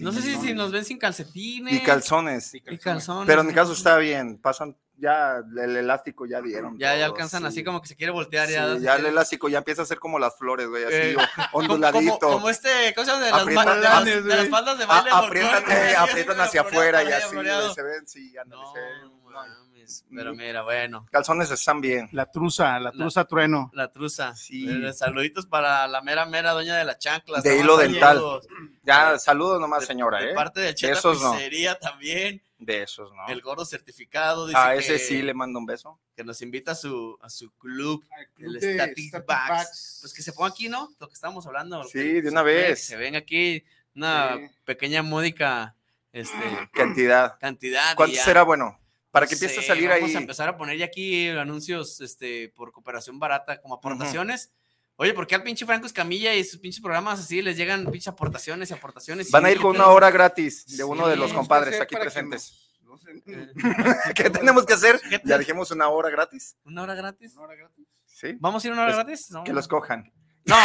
Speaker 2: No sé si, si nos ven sin calcetines.
Speaker 4: Y calzones.
Speaker 2: y calzones.
Speaker 4: Pero en mi caso está bien. Pasan. Ya el elástico ya dieron.
Speaker 2: Ya, ya
Speaker 4: todo,
Speaker 2: alcanzan
Speaker 4: sí.
Speaker 2: así como que se quiere
Speaker 4: Sí,
Speaker 2: voltear.
Speaker 4: ya, el elástico ya empieza a ser como las flores, güey, así
Speaker 2: Eh,
Speaker 4: o-
Speaker 2: Como-
Speaker 4: onduladito.
Speaker 2: Como, como este, ¿cómo se llama? De las,
Speaker 4: Apriétale,
Speaker 2: ba- de las-
Speaker 3: güey.
Speaker 2: de las faldas de
Speaker 4: A-
Speaker 2: baile.
Speaker 4: aprietan,
Speaker 2: folclórico,
Speaker 4: eh,
Speaker 2: así,
Speaker 4: aprietan
Speaker 2: pero
Speaker 4: hacia
Speaker 2: floreado,
Speaker 4: afuera y así
Speaker 2: floreado.
Speaker 4: se ven, sí, ándale,
Speaker 2: No,
Speaker 4: se ven, no.
Speaker 2: mames. Pero mira, bueno,
Speaker 4: Calzones están bien.
Speaker 3: La truza, la truza trueno.
Speaker 2: la truza.
Speaker 4: Sí.
Speaker 2: Eh, Saluditos para la mera mera doña de la chancla.
Speaker 4: De
Speaker 2: Estamos
Speaker 4: hilo
Speaker 2: saludos
Speaker 4: dental, Ya,
Speaker 2: De-
Speaker 4: saludos nomás,
Speaker 2: de-
Speaker 4: señora,
Speaker 2: De
Speaker 4: ¿eh?
Speaker 2: parte del Cheta
Speaker 4: esos no.
Speaker 2: Pizzería también.
Speaker 4: De esos, ¿no?
Speaker 2: El gordo certificado. Dice
Speaker 4: A ese
Speaker 2: que,
Speaker 4: sí le mando un beso.
Speaker 2: que nos invita a su, a su club. El
Speaker 3: de
Speaker 2: Static
Speaker 3: Static
Speaker 2: Backs.
Speaker 3: Backs.
Speaker 2: Pues que se ponga aquí, ¿no? Lo que estábamos hablando.
Speaker 4: Sí,
Speaker 2: que
Speaker 4: de una
Speaker 2: se ve-
Speaker 4: vez.
Speaker 2: que se ven aquí una
Speaker 3: Sí.
Speaker 2: pequeña módica este,
Speaker 4: Cantidad.
Speaker 2: cantidad. y
Speaker 4: ¿Cuánto
Speaker 2: ya.
Speaker 4: será bueno? Para
Speaker 2: No
Speaker 4: que empiece a
Speaker 2: sé,
Speaker 4: salir
Speaker 2: Vamos
Speaker 4: ahí.
Speaker 2: a empezar a poner ya aquí anuncios este, por cooperación barata, como aportaciones. Oye, ¿por qué al pinche Franco Escamilla y sus pinches programas así les llegan pinches aportaciones y aportaciones?
Speaker 4: Van a
Speaker 2: Sí,
Speaker 4: ir con
Speaker 2: yo
Speaker 4: una
Speaker 2: creo-
Speaker 4: hora gratis de uno de
Speaker 2: Sí,
Speaker 4: los
Speaker 2: ¿qué
Speaker 4: compadres
Speaker 3: hacer
Speaker 4: aquí
Speaker 3: para que
Speaker 4: presentes.
Speaker 3: no- eh, no se-
Speaker 4: ¿Qué tenemos que hacer?
Speaker 2: ¿Qué te-
Speaker 4: Ya dijimos una hora gratis.
Speaker 2: ¿Una hora gratis?
Speaker 3: ¿Una hora gratis?
Speaker 4: ¿Sí?
Speaker 2: ¿Vamos a ir una hora
Speaker 4: Es-
Speaker 2: gratis? No.
Speaker 4: Que los cojan.
Speaker 2: No,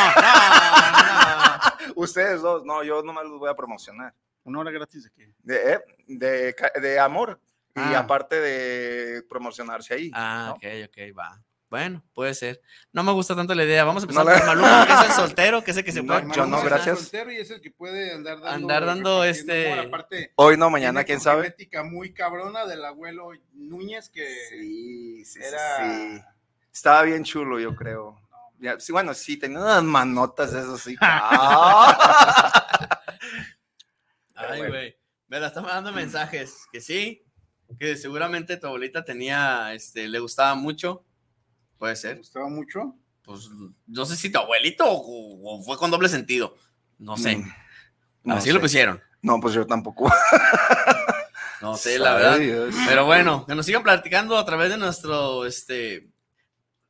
Speaker 2: no, no.
Speaker 4: Ustedes dos, no, yo nomás los voy a promocionar.
Speaker 3: ¿Una hora gratis de qué?
Speaker 4: De, eh, de, ca- de amor. Y
Speaker 3: Ah.
Speaker 4: aparte de promocionarse ahí.
Speaker 2: Ah,
Speaker 4: ¿no?
Speaker 2: ok, ok, va. Bueno, puede ser. No me gusta tanto la idea. Vamos a empezar
Speaker 4: la-
Speaker 2: por Maluma, que es el soltero, que es el que se
Speaker 4: No,
Speaker 2: puede
Speaker 4: yo
Speaker 3: Maluma
Speaker 4: no,
Speaker 3: está
Speaker 2: promocionar.
Speaker 4: gracias.
Speaker 3: soltero y es el que puede andar dando,
Speaker 2: Andar dando,
Speaker 3: repartiendo
Speaker 2: este,
Speaker 3: amor. Aparte,
Speaker 4: Hoy no, mañana,
Speaker 3: tiene
Speaker 4: quién
Speaker 3: como
Speaker 4: sabe.
Speaker 3: genética muy cabrona del abuelo Núñez que
Speaker 4: Sí, sí, sí,
Speaker 3: era-
Speaker 4: sí. Estaba bien chulo, yo creo. Ya, sí, bueno, sí, tenía unas manotas, eso sí. Ah.
Speaker 2: Ay,
Speaker 4: Bueno. Mm.
Speaker 2: güey. Me la están mandando mensajes. Que sí, que seguramente tu abuelita tenía, este, le gustaba mucho. Puede
Speaker 3: me
Speaker 2: ser.
Speaker 3: gustaba mucho.
Speaker 2: Pues no sé si tu abuelito o, o fue con doble sentido. No sé.
Speaker 4: Mm. No
Speaker 2: Así
Speaker 4: sé.
Speaker 2: lo pusieron.
Speaker 4: No, pues yo tampoco.
Speaker 2: No sé, la verdad.
Speaker 4: Ay, Dios.
Speaker 2: Pero bueno, que nos sigan platicando a través de nuestro este,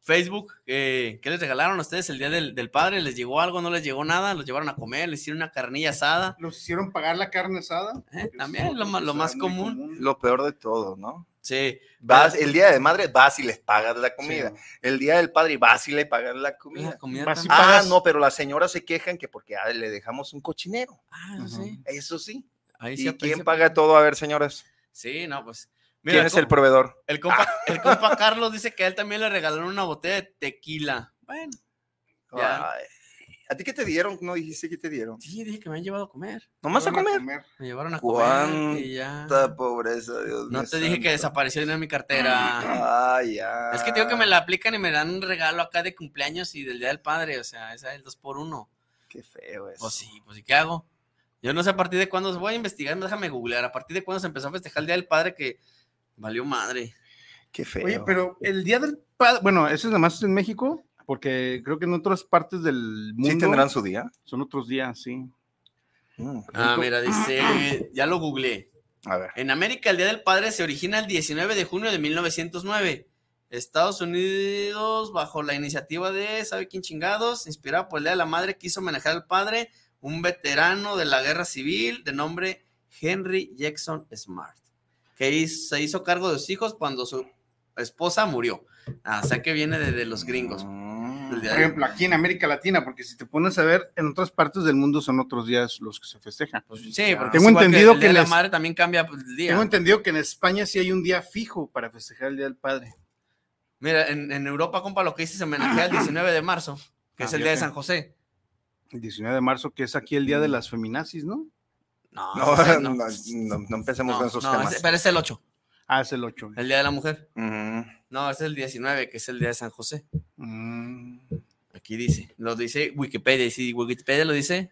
Speaker 2: Facebook. eh, ¿Qué les regalaron a ustedes el día del, del padre? ¿Les llegó algo? ¿No les llegó nada? ¿Los llevaron a comer? ¿Les hicieron una carnilla asada?
Speaker 3: Los hicieron pagar la carne asada.
Speaker 4: pues,
Speaker 2: Eh, también, lo ma- lo más común.
Speaker 4: Lo peor de todo, ¿no?
Speaker 2: Sí.
Speaker 4: Vas, el día de madre vas y les pagas la comida. El día del padre vas y le pagas la comida.
Speaker 2: La comida
Speaker 3: Vas y
Speaker 2: tan-
Speaker 4: Ah,
Speaker 3: pagas-
Speaker 4: no, pero las señoras se quejan que porque ah, le dejamos un cochinero.
Speaker 2: Ah,
Speaker 3: Ajá.
Speaker 2: sí.
Speaker 4: Eso sí.
Speaker 2: Ahí sí
Speaker 4: ¿Y
Speaker 2: ap- ahí
Speaker 4: quién
Speaker 2: sí
Speaker 4: paga
Speaker 2: ap-
Speaker 4: todo? A ver, señoras.
Speaker 2: Sí, no, pues. Mira,
Speaker 4: ¿Quién
Speaker 2: el
Speaker 4: es el
Speaker 2: compa-
Speaker 4: proveedor?
Speaker 2: el compa, el compa Carlos dice que a él también le regalaron una botella de tequila. Bueno, Ya.
Speaker 4: Ay, ¿A ti qué te dieron? No dijiste que te dieron.
Speaker 2: sí, dije que me han llevado a comer.
Speaker 4: Nomás a
Speaker 3: Fueron
Speaker 4: comer.
Speaker 2: Me llevaron a comer y ya.
Speaker 4: Cuánta pobreza, Dios
Speaker 2: No
Speaker 4: mío
Speaker 2: te dije que
Speaker 4: santo.
Speaker 2: desapareció dinero en mi cartera.
Speaker 4: Ay, ya.
Speaker 2: Es que tengo que me la aplican y me dan un regalo acá de cumpleaños y del Día del Padre, o sea, esa es el 2 por 1
Speaker 4: Qué feo eso.
Speaker 2: Pues sí, pues ¿y qué hago? Yo no sé a partir de cuándo, voy a investigar, déjame googlear, a partir de cuándo se empezó a festejar el Día del Padre que valió madre.
Speaker 4: Qué feo.
Speaker 3: Oye, pero el Día del Padre, bueno, eso es nada más en México, porque creo que en otras partes del mundo
Speaker 4: ¿Sí tendrán su día?
Speaker 3: son otros días, sí.
Speaker 4: Mm,
Speaker 2: Ah, mira, dice, ya lo googleé.
Speaker 4: A ver.
Speaker 2: En América el Día del Padre se origina el 19 de junio de 1909. Estados Unidos, bajo la iniciativa de ¿sabe quién chingados? Inspirada por el Día de la Madre, quiso manejar al padre, un veterano de la guerra civil de nombre Henry Jackson Smart, que hiz- se hizo cargo de sus hijos cuando su esposa murió. Ah, o sea que viene de, de los gringos.
Speaker 4: Mm.
Speaker 2: El día
Speaker 3: Por
Speaker 2: de-
Speaker 3: ejemplo, aquí en América Latina, porque si te pones a ver, en otras partes del mundo son otros días los que se festejan.
Speaker 2: Pues, sí, porque
Speaker 3: Tengo
Speaker 2: es igual
Speaker 3: entendido
Speaker 2: el Día
Speaker 3: que
Speaker 2: de la
Speaker 3: les-
Speaker 2: madre también cambia pues, el día.
Speaker 3: Tengo entendido que en España sí hay un día fijo para festejar el Día del Padre.
Speaker 2: Mira, en, en Europa, compa, lo que hice se homenajea el 19 de marzo, que
Speaker 3: Ah,
Speaker 2: es el
Speaker 3: ya
Speaker 2: día de
Speaker 3: sé.
Speaker 2: San José.
Speaker 3: El 19 de marzo, que es aquí el
Speaker 2: Mm.
Speaker 3: Día de las Feminazis, ¿no?
Speaker 2: No,
Speaker 4: No,
Speaker 2: ese
Speaker 4: no,
Speaker 2: no.
Speaker 4: no, no empecemos
Speaker 2: No,
Speaker 4: con esos
Speaker 2: no,
Speaker 4: temas.
Speaker 2: ese- pero es el 8,
Speaker 3: Ah, es el 8.
Speaker 2: el Día de la Mujer.
Speaker 4: Ujú.
Speaker 2: No, ese es el 19, que es el Día de San José.
Speaker 3: Mm.
Speaker 2: Aquí dice, lo dice Wikipedia, y si Wikipedia lo dice,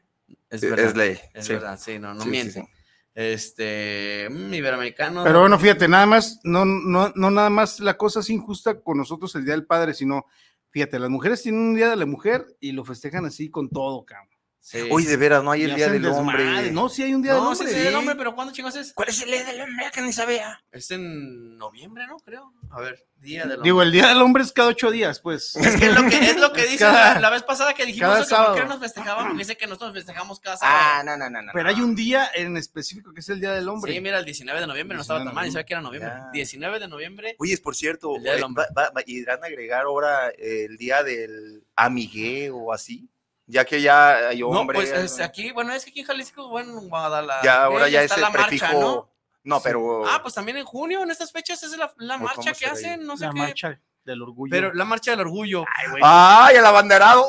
Speaker 2: es
Speaker 4: Sí,
Speaker 2: verdad.
Speaker 4: Es ley.
Speaker 2: Es
Speaker 4: sí.
Speaker 2: verdad, sí, no, no
Speaker 4: Sí, sí,
Speaker 2: miente.
Speaker 4: sí.
Speaker 2: Este, mm, iberoamericano.
Speaker 3: Pero bueno, fíjate, nada más, no, no, no nada más la cosa es injusta con nosotros el Día del Padre, sino, fíjate, las mujeres tienen un Día de la Mujer y lo festejan así con todo, cabrón.
Speaker 2: sí.
Speaker 4: Oye, de veras, no hay
Speaker 3: Y
Speaker 4: el día
Speaker 3: hacen
Speaker 4: del hombre.
Speaker 3: desmadre. No, sí hay un Día del
Speaker 2: no,
Speaker 3: Hombre.
Speaker 2: sí, sí, el hombre, pero ¿cuándo chingos es?
Speaker 4: ¿Cuál es el día del hombre que ni sabía?
Speaker 2: Es en noviembre, ¿no? Creo. A ver, Día del
Speaker 3: Digo,
Speaker 2: Hombre.
Speaker 3: el Día del Hombre es cada ocho días, pues.
Speaker 2: Es que es lo que, es lo que dice
Speaker 3: Cada-
Speaker 2: la, la vez pasada que dijimos
Speaker 3: cada
Speaker 2: eso, que por qué
Speaker 3: sábado.
Speaker 2: no nos festejábamos, dice que nosotros festejamos cada
Speaker 4: Ah,
Speaker 2: sábado.
Speaker 4: no, no, no. no.
Speaker 3: Pero hay un día en específico que es el Día del Hombre.
Speaker 2: sí, mira, el 19 de noviembre no estaba
Speaker 3: 19 de
Speaker 2: tan mal, yo sabía
Speaker 3: noviembre.
Speaker 2: que era noviembre.
Speaker 4: Ya.
Speaker 2: 19 de noviembre
Speaker 4: Oye, es por cierto,
Speaker 2: El Día del
Speaker 4: eh,
Speaker 2: Hombre.
Speaker 4: va- va- va- irán a agregar ahora eh, el día del amigueo o así, ya que ya hay hombre.
Speaker 2: no, pues es
Speaker 4: ya-
Speaker 2: aquí, bueno, es que aquí en Jalisco, bueno, en Guadalajara.
Speaker 4: ya ahora ya es
Speaker 2: está
Speaker 4: el
Speaker 2: la
Speaker 4: prefijo.
Speaker 2: marcha,
Speaker 4: ¿no?
Speaker 2: ¿no?
Speaker 3: Sí.
Speaker 4: pero
Speaker 2: Ah, pues también en junio, en estas fechas, es la, la
Speaker 4: ¿O
Speaker 2: marcha
Speaker 4: cómo
Speaker 2: que
Speaker 4: será ahí?
Speaker 2: hacen, no sé
Speaker 3: la
Speaker 2: qué.
Speaker 3: marcha del orgullo.
Speaker 2: Pero la marcha del orgullo. Ah,
Speaker 3: Ay, güey.
Speaker 4: ay, el abanderado.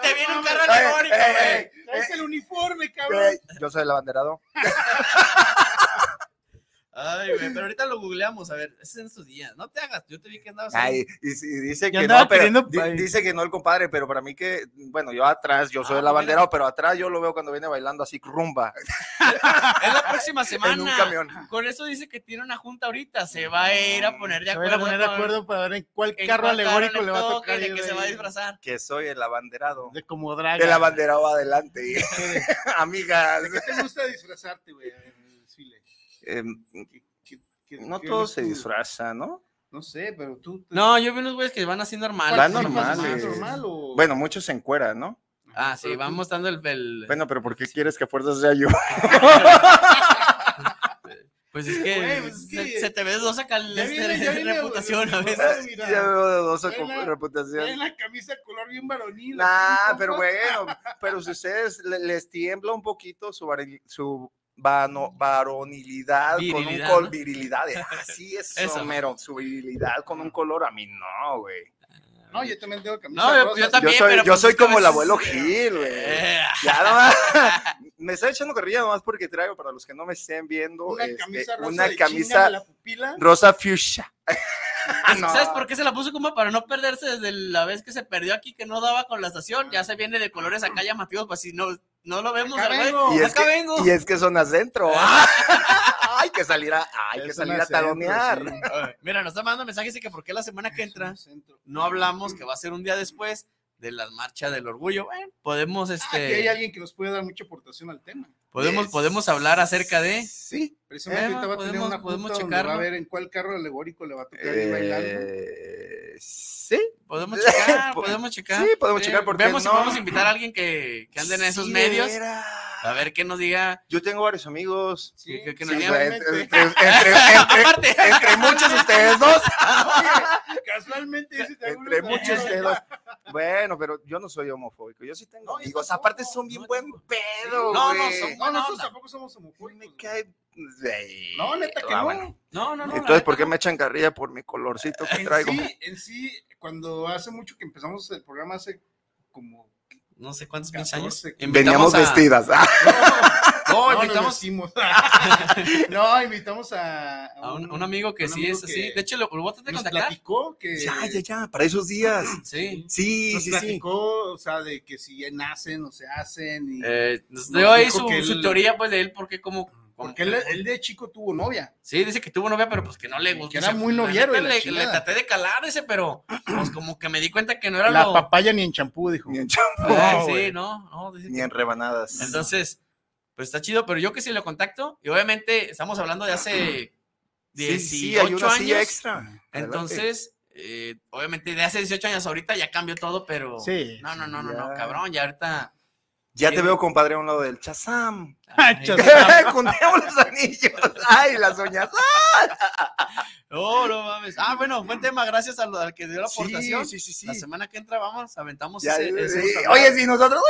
Speaker 2: Te viene un carro
Speaker 4: Eh,
Speaker 2: alegórico,
Speaker 4: Ah. eh,
Speaker 2: güey.
Speaker 4: eh,
Speaker 3: Traes el uniforme,
Speaker 4: eh, Yo soy el abanderado.
Speaker 2: Ay, güey, pero ahorita lo googleamos, a ver, ese es en sus días. No te hagas, yo te vi que andabas. ahí.
Speaker 4: Ay, y, si- y dice
Speaker 3: Yo
Speaker 4: que
Speaker 3: andaba
Speaker 4: no, pero
Speaker 3: queriendo-
Speaker 4: di-
Speaker 3: ay.
Speaker 4: dice que no el compadre, pero para mí que bueno, yo atrás, yo soy
Speaker 2: Ah,
Speaker 4: el abanderado, pero atrás yo lo veo cuando viene bailando así rumba
Speaker 2: Es la próxima
Speaker 4: en un
Speaker 2: semana.
Speaker 4: camión. Mm,
Speaker 2: Con eso dice que tiene una junta ahorita, se va a ir a poner de
Speaker 3: Se van a
Speaker 2: acuerdo.
Speaker 3: poner de
Speaker 2: con-
Speaker 3: acuerdo para ver en cuál
Speaker 2: en
Speaker 3: carro
Speaker 2: cuál
Speaker 3: alegórico le va a
Speaker 2: toque,
Speaker 3: tocar.
Speaker 2: De
Speaker 3: ir
Speaker 2: que se va a
Speaker 3: ahí,
Speaker 2: disfrazar.
Speaker 4: Que soy el abanderado.
Speaker 3: De como draga.
Speaker 4: El abanderado va adelante. Amigas.
Speaker 3: ¿De qué te gusta disfrazarte, güey? A ver, en el desfile.
Speaker 4: Em,
Speaker 3: ¿Qué- qué- qué-
Speaker 4: no
Speaker 3: qué
Speaker 4: todos
Speaker 3: ves
Speaker 4: se
Speaker 3: tú?
Speaker 4: disfrazan, ¿no?
Speaker 3: No sé, pero tú. tú-
Speaker 2: No, yo vi unos güeyes que van así normal.
Speaker 4: Van
Speaker 2: sí,
Speaker 4: normales.
Speaker 2: más-
Speaker 3: ¿Es normal o-
Speaker 4: Bueno, muchos se encueran, ¿no?
Speaker 2: Ah, sí,
Speaker 3: Pero tú-
Speaker 2: van mostrando el, el-
Speaker 4: Bueno, pero ¿por qué quieres que a fuerzas sea yo?
Speaker 2: Pues es que,
Speaker 3: Güey, pues es
Speaker 2: se-
Speaker 3: que-
Speaker 2: se, te ves dos acá
Speaker 3: Ya viene, ya viene,
Speaker 2: este, reputación a
Speaker 3: güey.
Speaker 2: veces.
Speaker 3: Mira,
Speaker 4: ya veo de dos
Speaker 3: Trae
Speaker 4: con
Speaker 3: la- trae
Speaker 4: reputación.
Speaker 3: la camisa color bien varonil.
Speaker 4: Nah,
Speaker 3: así,
Speaker 4: Ah, pero
Speaker 3: compa.
Speaker 4: bueno, pero si ustedes le- les tiembla un poquito su, vari- su vano- varonilidad con un
Speaker 2: Virilidad,
Speaker 4: color
Speaker 2: ¿no?
Speaker 4: virilidad, eh, así es,
Speaker 2: Eso.
Speaker 4: Homero, su virilidad con un color, a mí no, güey.
Speaker 3: No, yo también tengo camisa.
Speaker 2: No, yo-
Speaker 3: rosa,
Speaker 2: yo
Speaker 3: sí.
Speaker 4: Yo
Speaker 2: también.
Speaker 4: soy,
Speaker 2: pero
Speaker 4: yo
Speaker 2: pues
Speaker 4: soy
Speaker 2: es que a
Speaker 4: como el
Speaker 2: veces-
Speaker 4: abuelo Gil, güey.
Speaker 2: Eh,
Speaker 4: Ya nomás- me está echando corrilla nomás porque traigo, para los que no me estén viendo,
Speaker 3: Una
Speaker 4: este,
Speaker 3: camisa rosa.
Speaker 4: una
Speaker 3: de
Speaker 4: camisa
Speaker 3: chíngame la pupila.
Speaker 4: rosa fuchsia.
Speaker 3: Ah,
Speaker 4: No.
Speaker 2: ¿Sabes por qué se la puso como para no perderse desde la vez que se perdió aquí que no daba con la estación? Ya se viene de colores acá llamativos, pues si no, no lo vemos.
Speaker 3: Acá
Speaker 2: al güey.
Speaker 3: vengo.
Speaker 4: Y es
Speaker 2: acá
Speaker 4: que-
Speaker 2: vengo.
Speaker 4: Y es que son centro. Hay que salir a, hay que
Speaker 3: Es
Speaker 4: salir
Speaker 3: una
Speaker 4: a talonear.
Speaker 3: centro, sí.
Speaker 2: Ay, Mira, nos está mandando mensajes de que por qué la semana que entra
Speaker 3: Es una centro.
Speaker 2: no hablamos que va a ser un día después de la marcha del orgullo. Bueno, podemos,
Speaker 3: Ah, que hay
Speaker 2: este,
Speaker 3: alguien que nos puede dar mucha aportación al tema.
Speaker 2: podemos, podemos hablar acerca de.
Speaker 4: Sí.
Speaker 3: Precisamente
Speaker 2: Eh,
Speaker 3: ahorita va a tener
Speaker 2: podemos-
Speaker 3: una
Speaker 2: podemos
Speaker 3: podemos checar.
Speaker 2: checarlo.
Speaker 3: Va a ver en cuál carro alegórico le va a tocar ir bailando.
Speaker 4: Eh, sí.
Speaker 2: Podemos checar,
Speaker 4: Po-
Speaker 2: podemos checar.
Speaker 4: Pues,
Speaker 2: Eh,
Speaker 4: sí, podemos checar, ¿por qué
Speaker 2: Vemos si
Speaker 4: no?
Speaker 2: podemos invitar a alguien que, que ande en esos
Speaker 4: Sí, de
Speaker 2: medios
Speaker 4: veras.
Speaker 2: A ver qué nos diga.
Speaker 4: Yo tengo varios amigos.
Speaker 3: Sí,
Speaker 2: que- que
Speaker 3: sí,
Speaker 2: nos digan.
Speaker 4: Entre,
Speaker 3: realmente.
Speaker 4: entre- entre- entre-
Speaker 2: Aparte,
Speaker 4: entre muchos ustedes dos.
Speaker 3: Casualmente dice, "Te hago
Speaker 4: Entre
Speaker 3: unos
Speaker 4: muchos
Speaker 3: amigos".
Speaker 4: dedos. Bueno, pero yo no soy homofóbico. Yo sí tengo
Speaker 3: No, yo
Speaker 4: amigos.
Speaker 3: tampoco.
Speaker 4: Aparte son bien
Speaker 3: No,
Speaker 4: buen pedo,
Speaker 2: No, no,
Speaker 4: güey.
Speaker 2: son-
Speaker 3: No, nosotros
Speaker 2: onda.
Speaker 3: tampoco somos homofóbicos.
Speaker 4: Me cae- Ey.
Speaker 3: No, neta que
Speaker 4: Ah,
Speaker 3: no.
Speaker 4: bueno.
Speaker 2: No, no, Eh, no. la
Speaker 4: Entonces,
Speaker 2: neta,
Speaker 4: ¿por qué me echan carrilla por mi colorcito que
Speaker 3: En
Speaker 4: traigo?
Speaker 3: sí, en sí, cuando hace mucho que empezamos el programa, hace como.
Speaker 2: No sé cuántos pinches años.
Speaker 3: 14.
Speaker 2: Invitamos
Speaker 4: Veníamos
Speaker 2: a-
Speaker 4: vestidas.
Speaker 2: No,
Speaker 3: nos
Speaker 2: invitamos
Speaker 3: vestimos. no, invitamos a,
Speaker 2: a un, un amigo que
Speaker 3: un
Speaker 2: sí
Speaker 3: amigo
Speaker 2: es así.
Speaker 3: que
Speaker 2: De hecho, lo, lo voy a tratar de
Speaker 3: Nos
Speaker 2: contactar.
Speaker 3: platicó que.
Speaker 4: Ya, ya, ya, para esos días.
Speaker 2: Sí.
Speaker 4: Sí,
Speaker 3: Nos
Speaker 4: sí, sí.
Speaker 3: platicó, o sea, de que si nacen o se hacen. Y,
Speaker 2: Eh, nos
Speaker 3: Nos
Speaker 2: dio ahí
Speaker 3: dijo
Speaker 2: su,
Speaker 3: que él-
Speaker 2: su teoría, pues, de él, porque como. como-
Speaker 3: porque él, él de chico tuvo novia.
Speaker 2: Sí, dice que tuvo novia, pero pues que no le gustó.
Speaker 3: Que era
Speaker 2: O sea,
Speaker 3: muy
Speaker 2: la
Speaker 3: noviero
Speaker 2: neta
Speaker 3: y la
Speaker 2: Le,
Speaker 3: chingada.
Speaker 2: le traté de calar ese, pero pues como que me di cuenta que no era
Speaker 3: La
Speaker 2: lo.
Speaker 3: papaya ni en champú, dijo.
Speaker 4: Ni en champú,
Speaker 2: Ay,
Speaker 4: güey,
Speaker 2: sí, no, no. dice
Speaker 4: ni
Speaker 2: que-
Speaker 4: en rebanadas.
Speaker 2: Entonces, pues está chido, pero yo que sí lo contacto, y obviamente estamos hablando de hace
Speaker 4: Sí,
Speaker 2: 18
Speaker 4: sí, hay una silla
Speaker 2: años.
Speaker 3: Ah,
Speaker 4: extra. Adelante.
Speaker 2: Entonces, eh, obviamente de hace 18 años ahorita ya cambió todo, pero.
Speaker 3: Sí.
Speaker 2: No, no, no, no,
Speaker 4: ya.
Speaker 2: no, cabrón, ya ahorita.
Speaker 4: Ya
Speaker 2: Eh,
Speaker 4: te veo, compadre, a un lado del Chazam.
Speaker 2: Ay,
Speaker 3: Chas-
Speaker 4: Contemos los anillos. Ay, las uñas.
Speaker 2: no, no mames. Ah, bueno, buen tema, gracias al, al que dio la aportación.
Speaker 4: Sí, sí, sí.
Speaker 2: La semana que entra vamos, aventamos
Speaker 4: Ya,
Speaker 2: ese, ese
Speaker 4: sí.
Speaker 2: gusto.
Speaker 4: Oye, sí, nosotros.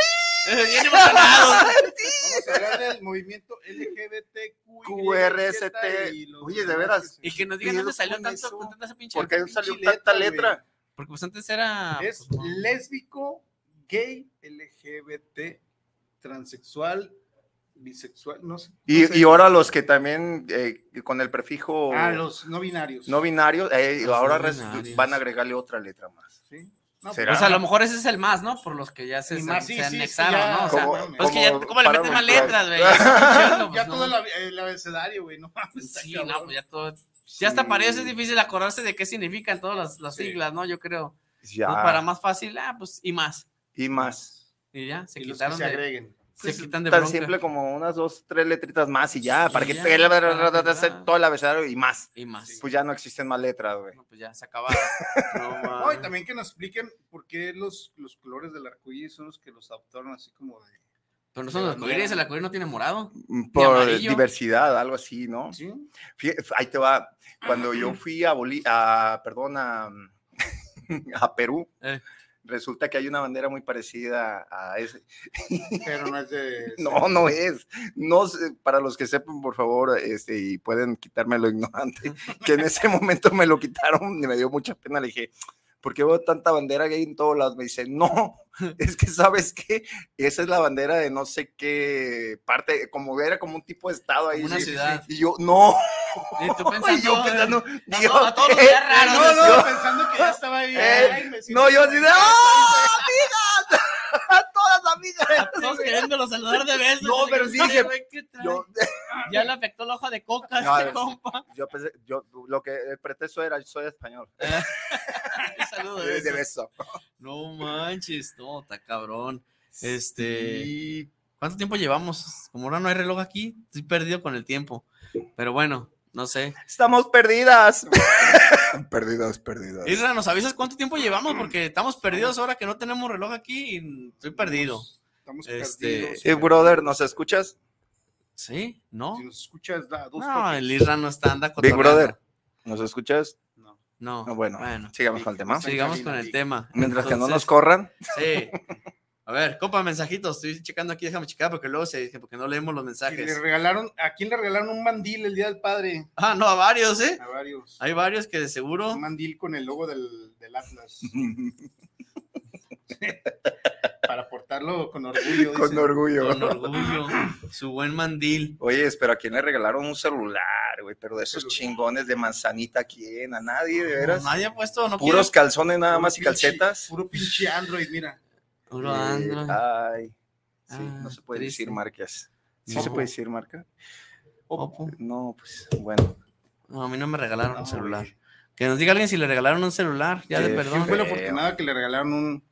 Speaker 2: Eh, bien emocionados.
Speaker 3: Vamos a hablar del movimiento LGBTQRST.
Speaker 4: QRST. Oye, de veras.
Speaker 2: Y que nos digan dónde
Speaker 4: Pedos
Speaker 2: salió
Speaker 4: con
Speaker 2: tanto,
Speaker 4: eso.
Speaker 2: tanta esa pinche.
Speaker 4: ¿Por qué salió
Speaker 3: chuleta,
Speaker 4: tanta
Speaker 3: güey.
Speaker 4: letra?
Speaker 2: Porque pues antes era.
Speaker 3: Es
Speaker 2: pues, no.
Speaker 3: lésbico, gay, LGBT, transexual, bisexual, no sé. no sé.
Speaker 4: Y, y ahora los que también eh, con el prefijo
Speaker 3: Ah, los no binarios.
Speaker 4: no binarios, eh,
Speaker 2: Los
Speaker 4: ahora
Speaker 2: no
Speaker 4: res-
Speaker 2: binarios.
Speaker 4: van a agregarle otra letra más.
Speaker 3: Sí. No, pues,
Speaker 4: ¿Será?
Speaker 2: O sea, a lo mejor ese es el más, ¿no? Por los que ya se,
Speaker 3: Y
Speaker 2: se,
Speaker 3: más, sí,
Speaker 2: se
Speaker 3: sí, sí,
Speaker 2: anexaron,
Speaker 3: ya.
Speaker 2: ¿no? O sea,
Speaker 3: Como-
Speaker 2: pues que ya,
Speaker 4: como
Speaker 2: ¿cómo le
Speaker 4: para
Speaker 2: meten más
Speaker 4: mezclar.
Speaker 2: letras, güey? Ya,
Speaker 3: ya
Speaker 2: pues,
Speaker 3: todo
Speaker 2: no.
Speaker 3: la- el abecedario, güey, no mames, está
Speaker 2: Sí,
Speaker 3: cabrón.
Speaker 2: no, pues ya todo. Ya hasta
Speaker 4: Sí.
Speaker 2: para ellos es difícil acordarse de qué significan todas las, las
Speaker 3: Sí.
Speaker 2: siglas, ¿no? Yo creo.
Speaker 4: Ya.
Speaker 2: Pues, para más fácil, ah, pues, y más.
Speaker 4: Y más.
Speaker 2: Y ya, se
Speaker 3: Y los que
Speaker 2: quitaron
Speaker 3: se
Speaker 2: de,
Speaker 3: agreguen.
Speaker 2: se
Speaker 4: Pues,
Speaker 2: quitan de
Speaker 4: Tan
Speaker 2: bronca.
Speaker 4: simple como unas dos, tres letritas más y ya.
Speaker 2: Y
Speaker 4: para que
Speaker 2: ya,
Speaker 4: te-
Speaker 2: para que ya.
Speaker 4: todo el abecedario y más.
Speaker 2: Y más.
Speaker 4: Pues ya no existen más letras, güey.
Speaker 2: No, pues ya, se acabaron. No,
Speaker 4: Ah.
Speaker 3: No, y
Speaker 2: mames.
Speaker 3: también que nos expliquen por qué los, los colores del arcoíris son los que los adoptaron así como de...
Speaker 2: Pero no son
Speaker 3: Pues,
Speaker 2: los arcoíris, el arcoíris no tiene morado.
Speaker 4: Por
Speaker 2: amarillo.
Speaker 4: diversidad, algo así, ¿no?
Speaker 3: ¿Sí?
Speaker 4: Fí- Ahí te va. Cuando yo fui a Bolivia, a, perdón, a, a Perú,
Speaker 2: Eh.
Speaker 4: resulta que hay una bandera muy parecida a ese.
Speaker 3: Pero no es de...
Speaker 4: No, no es. No sé, para los que sepan, por favor, este, y pueden quitarme lo ignorante, que en ese momento me lo quitaron y me dio mucha pena. Le dije, ¿por qué veo tanta bandera gay en todos lados? Me dice, no, es que sabes que esa es la bandera de no sé qué parte, como era como un tipo de estado ahí.
Speaker 2: Como una
Speaker 4: sí.
Speaker 2: ciudad.
Speaker 4: Y yo, no,
Speaker 2: Y tú
Speaker 4: y
Speaker 2: pensando,
Speaker 4: yo pensando,
Speaker 2: no,
Speaker 4: Dios,
Speaker 2: a todos los
Speaker 4: eh,
Speaker 2: días raros,
Speaker 4: no, no,
Speaker 3: Yo pensando que ya estaba ahí.
Speaker 4: Eh,
Speaker 3: ay, me siento
Speaker 4: No, yo así
Speaker 3: mal.
Speaker 4: de, ¡ah, amigas! ¡A todas amigas!
Speaker 2: todos queriéndolo saludar de besos.
Speaker 4: No,
Speaker 2: Y
Speaker 4: pero
Speaker 2: que,
Speaker 4: sí
Speaker 2: "Ay,
Speaker 4: dije,
Speaker 2: güey, ¿qué trae?"
Speaker 4: Yo,
Speaker 2: Ya le afectó el ojo de coca a
Speaker 4: No,
Speaker 2: este
Speaker 4: es-
Speaker 2: compa.
Speaker 4: yo pensé, yo, lo que el pretexto era, soy español.
Speaker 2: Un saludo de
Speaker 4: De
Speaker 2: besos.
Speaker 4: beso.
Speaker 2: No manches, no, está cabrón. Este,
Speaker 4: Y
Speaker 2: ¿cuánto tiempo llevamos? Como ahora no hay reloj aquí, estoy perdido con el tiempo. Pero bueno, no sé.
Speaker 4: estamos perdidas. perdidas, perdidas.
Speaker 2: Isra, ¿nos avisas cuánto tiempo llevamos? Porque estamos perdidos ahora que no tenemos reloj aquí y estoy perdido.
Speaker 3: Estamos
Speaker 2: Este,
Speaker 3: perdidos.
Speaker 4: Eh, brother, ¿nos escuchas?
Speaker 2: ¿Sí? ¿No?
Speaker 3: Si nos escuchas, da dos
Speaker 2: No,
Speaker 3: toques.
Speaker 2: el Isra no está, anda
Speaker 4: Big
Speaker 2: cotorreando.
Speaker 4: Brother, ¿nos escuchas?
Speaker 3: No.
Speaker 2: No,
Speaker 4: No, Ah, bueno,
Speaker 2: bueno.
Speaker 4: sigamos con el tema.
Speaker 3: sí.
Speaker 2: Sigamos con el tema.
Speaker 4: Ah, Mientras que no nos
Speaker 2: Entonces,
Speaker 4: corran,
Speaker 2: Sí. A ver, compa, mensajitos. Estoy checando aquí, déjame checar porque luego se dice porque no leemos los
Speaker 3: Y le
Speaker 2: mensajes.
Speaker 3: regalaron, ¿A quién le regalaron un mandil el Día del Padre?
Speaker 2: Ah, no, a varios, ¿eh?
Speaker 3: A varios.
Speaker 2: Hay varios que de seguro.
Speaker 3: Un mandil con el logo del, del Atlas. para portarlo con orgullo.
Speaker 4: con
Speaker 3: dicen.
Speaker 4: orgullo.
Speaker 2: Con orgullo, su buen mandil.
Speaker 4: Oye, pero ¿a quién le regalaron un celular, güey? Pero de esos
Speaker 3: Celular.
Speaker 4: chingones de manzanita, ¿a quién? ¿A nadie, de veras?
Speaker 2: No, nadie ha puesto, no
Speaker 4: Puros
Speaker 2: quiero.
Speaker 4: calzones nada
Speaker 3: Puro
Speaker 4: más y
Speaker 3: pinche-
Speaker 4: calcetas.
Speaker 3: Puro pinche Android, mira.
Speaker 2: Puro
Speaker 4: Eh,
Speaker 2: Android.
Speaker 4: ay, sí,
Speaker 2: Ah,
Speaker 4: no se puede
Speaker 2: triste.
Speaker 4: decir marcas. ¿Sí
Speaker 2: No.
Speaker 4: se puede decir marca?
Speaker 2: Oppo.
Speaker 4: No, pues bueno.
Speaker 2: No, a mí no me regalaron
Speaker 3: No,
Speaker 2: un celular. Que nos diga alguien si le regalaron un celular, ya de
Speaker 4: Qué
Speaker 2: perdón. eh,
Speaker 3: Fue lo
Speaker 4: Feo.
Speaker 3: afortunado que le regalaron un,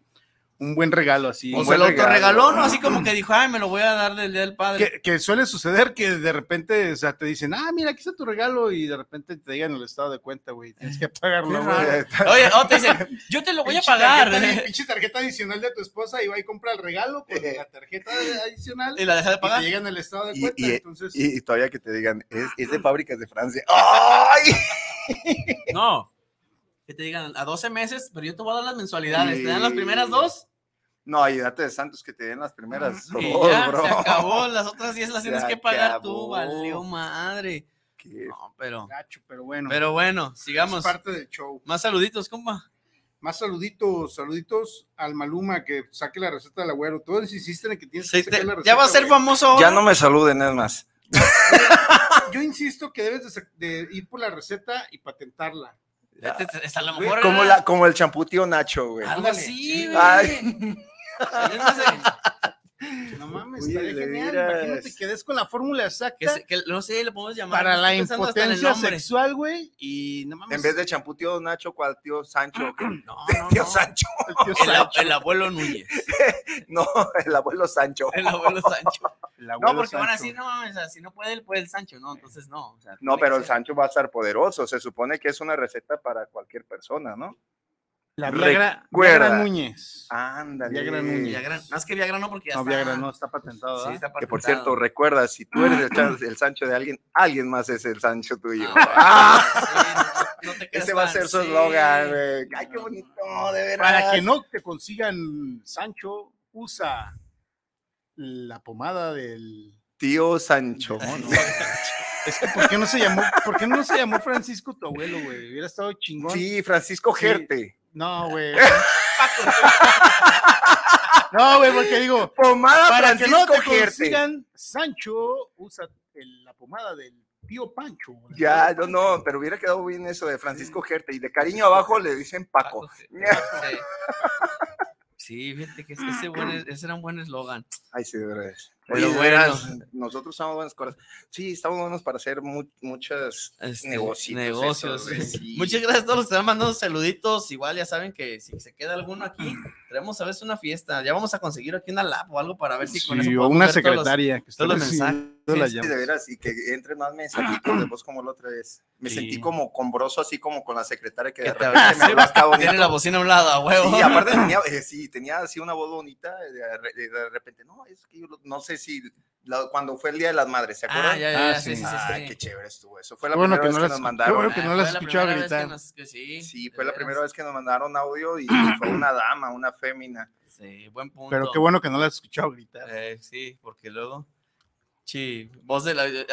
Speaker 3: un buen regalo así.
Speaker 2: O
Speaker 4: Un
Speaker 2: se
Speaker 4: buen
Speaker 2: lo
Speaker 4: regalo.
Speaker 2: autorregaló, ¿no? Así como que dijo, ay, me lo voy a dar del día del padre.
Speaker 3: Que, que suele suceder que de repente, o sea, te dicen, ah, mira, aquí está tu regalo, y de repente te digan el estado de cuenta, güey, tienes que pagarlo,
Speaker 2: Qué
Speaker 3: güey.
Speaker 2: raro. Oye, no, te dicen, yo te lo voy a
Speaker 3: Pinche
Speaker 2: pagar. ¿eh?
Speaker 3: tarjeta- pinche tarjeta adicional de tu esposa y va y compra el regalo con la tarjeta adicional
Speaker 2: Y la deja de
Speaker 3: y te
Speaker 2: Eh, pagar.
Speaker 3: llega en el estado de
Speaker 4: Eh. Y-
Speaker 3: cuenta,
Speaker 4: y-
Speaker 3: entonces...
Speaker 4: Y, y todavía que te digan, es, es de fábricas de Francia. ¡Ay!
Speaker 2: No. Que te digan a 12 meses, pero yo te voy a dar las mensualidades. Te dan las
Speaker 4: Sí.
Speaker 2: primeras dos
Speaker 4: No, y date de Santos que te den las primeras.
Speaker 2: y
Speaker 4: dos,
Speaker 2: Ah, ya
Speaker 4: bro.
Speaker 2: se acabó. Las otras 10 las
Speaker 4: Se
Speaker 2: tienes que pagar tú.
Speaker 4: acabó.
Speaker 2: Valió madre.
Speaker 4: Qué
Speaker 2: No, pero,
Speaker 3: Gacho, pero bueno,
Speaker 2: pero bueno,
Speaker 3: es
Speaker 2: sigamos.
Speaker 3: parte del show.
Speaker 2: Más saluditos, compa.
Speaker 3: Más saluditos, saluditos al Maluma que saque la receta del agüero. Todos insisten en que tienes que
Speaker 2: Sí, te-
Speaker 3: sacar la receta.
Speaker 2: ya va a ser
Speaker 3: güey.
Speaker 2: famoso ahora.
Speaker 4: Ya no me saluden, es más.
Speaker 3: Yo insisto que debes de, sa- de ir por la receta y patentarla.
Speaker 2: Ya te- te- hasta a lo mejor
Speaker 4: Ah, Como,
Speaker 2: era
Speaker 4: la, como el champú tío Nacho, güey.
Speaker 2: Algo
Speaker 3: Ándale.
Speaker 2: así, güey.
Speaker 4: Ay,
Speaker 2: Saliéndose.
Speaker 3: No mames,
Speaker 4: Oye,
Speaker 3: estaría
Speaker 4: de
Speaker 3: genial.
Speaker 4: veras.
Speaker 3: Imagínate que des con la fórmula exacta
Speaker 2: Que, se- que no sé, le podemos llamar.
Speaker 3: para
Speaker 2: estoy
Speaker 3: la
Speaker 2: pensando hasta en el
Speaker 3: impotencia
Speaker 2: nombre.
Speaker 3: sexual, güey. Y no mames.
Speaker 4: en vez de champú tío Nacho, ¿cuál tío Sancho?
Speaker 2: No,
Speaker 4: tío
Speaker 2: Ah, no, no.
Speaker 4: Sancho.
Speaker 3: el tío
Speaker 2: El, ab-
Speaker 3: Sancho,
Speaker 2: el abuelo Núñez.
Speaker 4: No, el abuelo Sancho.
Speaker 2: El abuelo Sancho.
Speaker 3: el
Speaker 2: No,
Speaker 3: abuelo
Speaker 2: porque van a
Speaker 3: Sancho.
Speaker 2: decir, no mames, o sea, si no puede él, puede el Sancho. No, entonces no. o sea, tiene
Speaker 4: No,
Speaker 2: que
Speaker 4: pero el
Speaker 2: ser.
Speaker 4: Sancho va a estar poderoso. Se supone que es una receta para cualquier persona, ¿no?
Speaker 3: La Viagra,
Speaker 4: Recuerda.
Speaker 3: Viagra Núñez.
Speaker 4: Ándale.
Speaker 3: Viagra Núñez.
Speaker 2: Viagra- más que Viagra no, porque Ah, ya
Speaker 3: no,
Speaker 2: está.
Speaker 3: Viagra no está patentado.
Speaker 2: Sí,
Speaker 3: ¿verdad?
Speaker 2: está Ah,
Speaker 4: Que por
Speaker 2: patentado.
Speaker 4: cierto, recuerda, si tú eres el, chan- el Sancho de alguien, alguien más es el Sancho tuyo.
Speaker 2: Ah, sí, no- no te creas
Speaker 4: Ese va a
Speaker 2: tan-
Speaker 4: ser su
Speaker 2: sí.
Speaker 4: eslogan, güey. Ay, qué bonito, de verdad.
Speaker 3: Para que no te consigan, Sancho, usa la pomada del.
Speaker 4: Tío Sancho.
Speaker 3: Es que, ¿por qué no se llamó, ¿por qué no se llamó Francisco tu abuelo, güey? Hubiera estado chingón.
Speaker 4: Sí, Francisco
Speaker 3: Sí.
Speaker 4: Gerte.
Speaker 3: No, güey. No, güey, porque digo,
Speaker 4: Pomada
Speaker 3: para que no
Speaker 4: Francisco
Speaker 3: te
Speaker 4: Gerte.
Speaker 3: consigan, Sancho usa el- la pomada del tío Pancho. güey.
Speaker 4: Ya, no, no, pero hubiera quedado bien eso de Francisco Gerte. Y de cariño abajo le dicen Paco.
Speaker 2: Sí. Sí, fíjate que ese, ese buen- ese era un buen eslogan.
Speaker 4: Ay, sí, de verdad. es.
Speaker 2: Pero
Speaker 4: Oye, de
Speaker 2: bueno.
Speaker 4: veras, nosotros estamos buenos corazas. Sí, estamos buenos para hacer mu- muchas
Speaker 2: Este,
Speaker 4: negocios.
Speaker 2: negocios. Muchas gracias a todos los que están mandando saluditos. Igual ya saben que si se queda alguno aquí, traemos a ver una fiesta. Ya vamos a conseguir aquí una lap o algo para ver si con eso
Speaker 3: Sí, o
Speaker 2: podemos
Speaker 3: una
Speaker 2: ver todos los-
Speaker 3: secretaria que está
Speaker 2: todos los
Speaker 3: recibiendo
Speaker 2: mensajes.
Speaker 3: la
Speaker 4: Sí, de
Speaker 3: llamada.
Speaker 4: veras, y que entre más mensajitos de voz como la otra vez. Me
Speaker 2: Sí.
Speaker 4: sentí como combroso, así como con la secretaria que
Speaker 2: Que
Speaker 4: de
Speaker 2: te
Speaker 4: repente me
Speaker 2: abrace,
Speaker 4: habló acá bonito.
Speaker 2: Tiene la bocina a un lado, a huevo.
Speaker 4: Sí, aparte tenía, eh, sí, tenía así una voz bonita, eh, de, re- de- de repente, no, es que yo lo- no sé si, la- cuando fue el Día de las Madres, ¿se acuerdan?
Speaker 2: Ah, ya, ya,
Speaker 3: Ah,
Speaker 2: ya, sí,
Speaker 3: sí.
Speaker 2: sí, sí, sí.
Speaker 4: Ay, qué chévere estuvo eso. Fue la
Speaker 3: Qué bueno
Speaker 4: primera
Speaker 3: que no eh,
Speaker 4: vez
Speaker 3: las
Speaker 4: que nos
Speaker 3: escuché,
Speaker 4: mandaron.
Speaker 3: güey. que no
Speaker 2: Ah,
Speaker 3: las
Speaker 2: fue la
Speaker 3: escuchaba
Speaker 2: primera vez que
Speaker 3: gritar.
Speaker 2: nos- que sí,
Speaker 4: Sí,
Speaker 2: de
Speaker 4: fue la
Speaker 2: veras.
Speaker 4: primera vez que nos mandaron audio y fue una dama, una fémina.
Speaker 2: Sí, buen punto.
Speaker 3: Pero qué bueno que no la has escuchado gritar.
Speaker 2: Eh, sí, porque luego. Sí, vos de la. eh,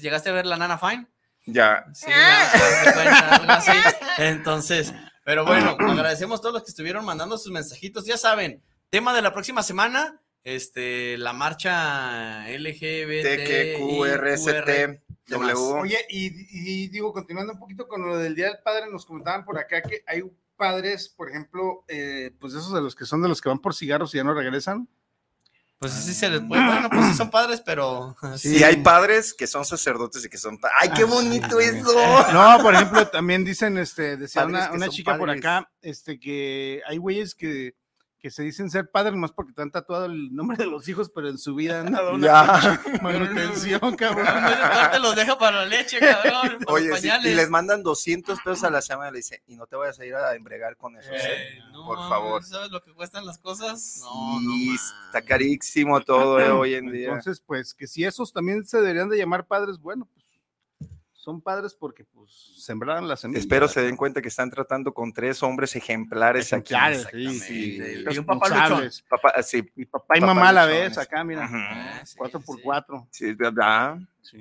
Speaker 2: ¿Llegaste a ver la Nana Fine?
Speaker 4: Ya.
Speaker 2: Sí, la- haz de cuenta, algo así. Entonces, pero bueno, agradecemos a todos los que estuvieron mandando sus mensajitos. Ya saben, tema de la próxima semana, este, la marcha LGBT.
Speaker 4: TQRST, W.
Speaker 3: Oye, y, y digo, continuando un poquito con lo del Día del Padre, nos comentaban por acá que hay padres, por ejemplo, eh, pues esos de los que son de los que van por cigarros y ya no regresan.
Speaker 2: Pues sí se les puede. Bueno, pues sí son padres, pero.
Speaker 4: Sí, hay padres que son sacerdotes y que son... pa- ¡Ay, qué
Speaker 3: Ah, sí,
Speaker 4: bonito
Speaker 3: güey.
Speaker 4: eso!
Speaker 3: No, por ejemplo, también dicen, este, decía
Speaker 4: Padres
Speaker 3: una,
Speaker 4: que
Speaker 3: una
Speaker 4: son
Speaker 3: chica por
Speaker 4: padres.
Speaker 3: acá, este, que hay güeyes que, que se dicen ser padres más porque te han tatuado el nombre de los hijos, pero en su vida han dado una
Speaker 4: Ya.
Speaker 3: manutención,
Speaker 2: En
Speaker 3: cabrón.
Speaker 2: vez de todo te los deja para la leche, cabrón. para
Speaker 4: Oye,
Speaker 2: los
Speaker 4: sí,
Speaker 2: pañales.
Speaker 4: y les mandan 200 pesos a la semana, le dice, y no te vayas a ir a embregar con eso. ¿eh?
Speaker 2: Eh, no,
Speaker 4: por favor.
Speaker 2: ¿Sabes lo que cuestan las cosas? No, no.
Speaker 4: Y
Speaker 2: man.
Speaker 4: está carísimo todo eh, hoy en día.
Speaker 3: Entonces, pues, que si esos también se deberían de llamar padres, bueno, pues, son padres porque, pues, sembraron las semillas.
Speaker 4: Espero se den cuenta que están tratando con tres hombres ejemplares, aquí.
Speaker 3: Ejemplares, sí,
Speaker 4: sí.
Speaker 3: sí.
Speaker 2: Y un papá luchón.
Speaker 3: Responsables.
Speaker 4: Papá, sí,
Speaker 3: Y papá y
Speaker 4: Papá
Speaker 3: mamá a la
Speaker 4: luchones.
Speaker 3: vez, acá, mira.
Speaker 4: Ujú.
Speaker 2: Ah, sí,
Speaker 3: Cuatro
Speaker 2: sí,
Speaker 3: por
Speaker 2: sí.
Speaker 3: cuatro.
Speaker 4: sí, ¿verdad?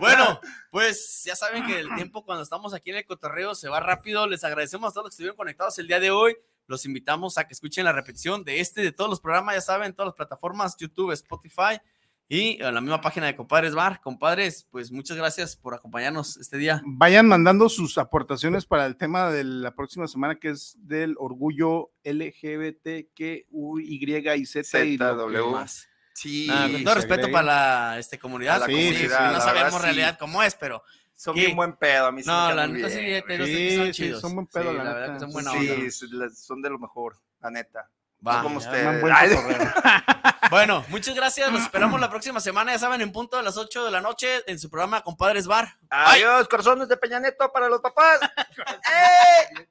Speaker 2: Bueno, pues ya saben que el tiempo cuando estamos aquí en el cotorreo se va rápido. Les agradecemos a todos los que estuvieron conectados el día de hoy. Los invitamos a que escuchen la repetición de este y de todos los programas, ya saben, todas las plataformas, YouTube, Spotify y en la misma página de Compadres Bar. Compadres, pues muchas gracias por acompañarnos este día.
Speaker 3: Vayan mandando sus aportaciones para el tema de la próxima semana, que es del orgullo LGBTQY y Z. y lo que
Speaker 4: ZW.
Speaker 3: más.
Speaker 4: Sí.
Speaker 2: Ah, con
Speaker 3: y
Speaker 2: todo
Speaker 3: se
Speaker 2: respeto
Speaker 3: agreguen.
Speaker 2: para la este, comunidad,
Speaker 4: A la
Speaker 2: sí, sí, sí,
Speaker 4: comunidad,
Speaker 2: no
Speaker 4: la
Speaker 2: sabemos
Speaker 4: verdad, sí.
Speaker 2: realidad cómo es, pero
Speaker 4: Son
Speaker 2: ¿Qué?
Speaker 4: bien buen pedo, a mí se me
Speaker 2: No,
Speaker 4: caen
Speaker 2: la
Speaker 4: muy
Speaker 2: neta sí,
Speaker 4: bien,
Speaker 2: pero
Speaker 4: güey.
Speaker 3: sí,
Speaker 2: sí, son
Speaker 3: sí,
Speaker 2: chidos.
Speaker 3: son buen pedo,
Speaker 2: Sí,
Speaker 3: la
Speaker 2: verdad
Speaker 3: neta.
Speaker 2: que son buena
Speaker 4: sí,
Speaker 2: onda.
Speaker 4: es- la- son de lo mejor, la neta.
Speaker 2: Va.
Speaker 4: No como
Speaker 3: Ya, me han
Speaker 4: ustedes.
Speaker 3: vuelto
Speaker 4: Ay,
Speaker 3: a correr.
Speaker 2: Bueno, muchas gracias. Nos esperamos la próxima semana, ya saben, en punto de las 8 de la noche en su programa Compadres Bar. Bye.
Speaker 4: Adiós, corazones de Peña Neto para los papás. ¡Eh!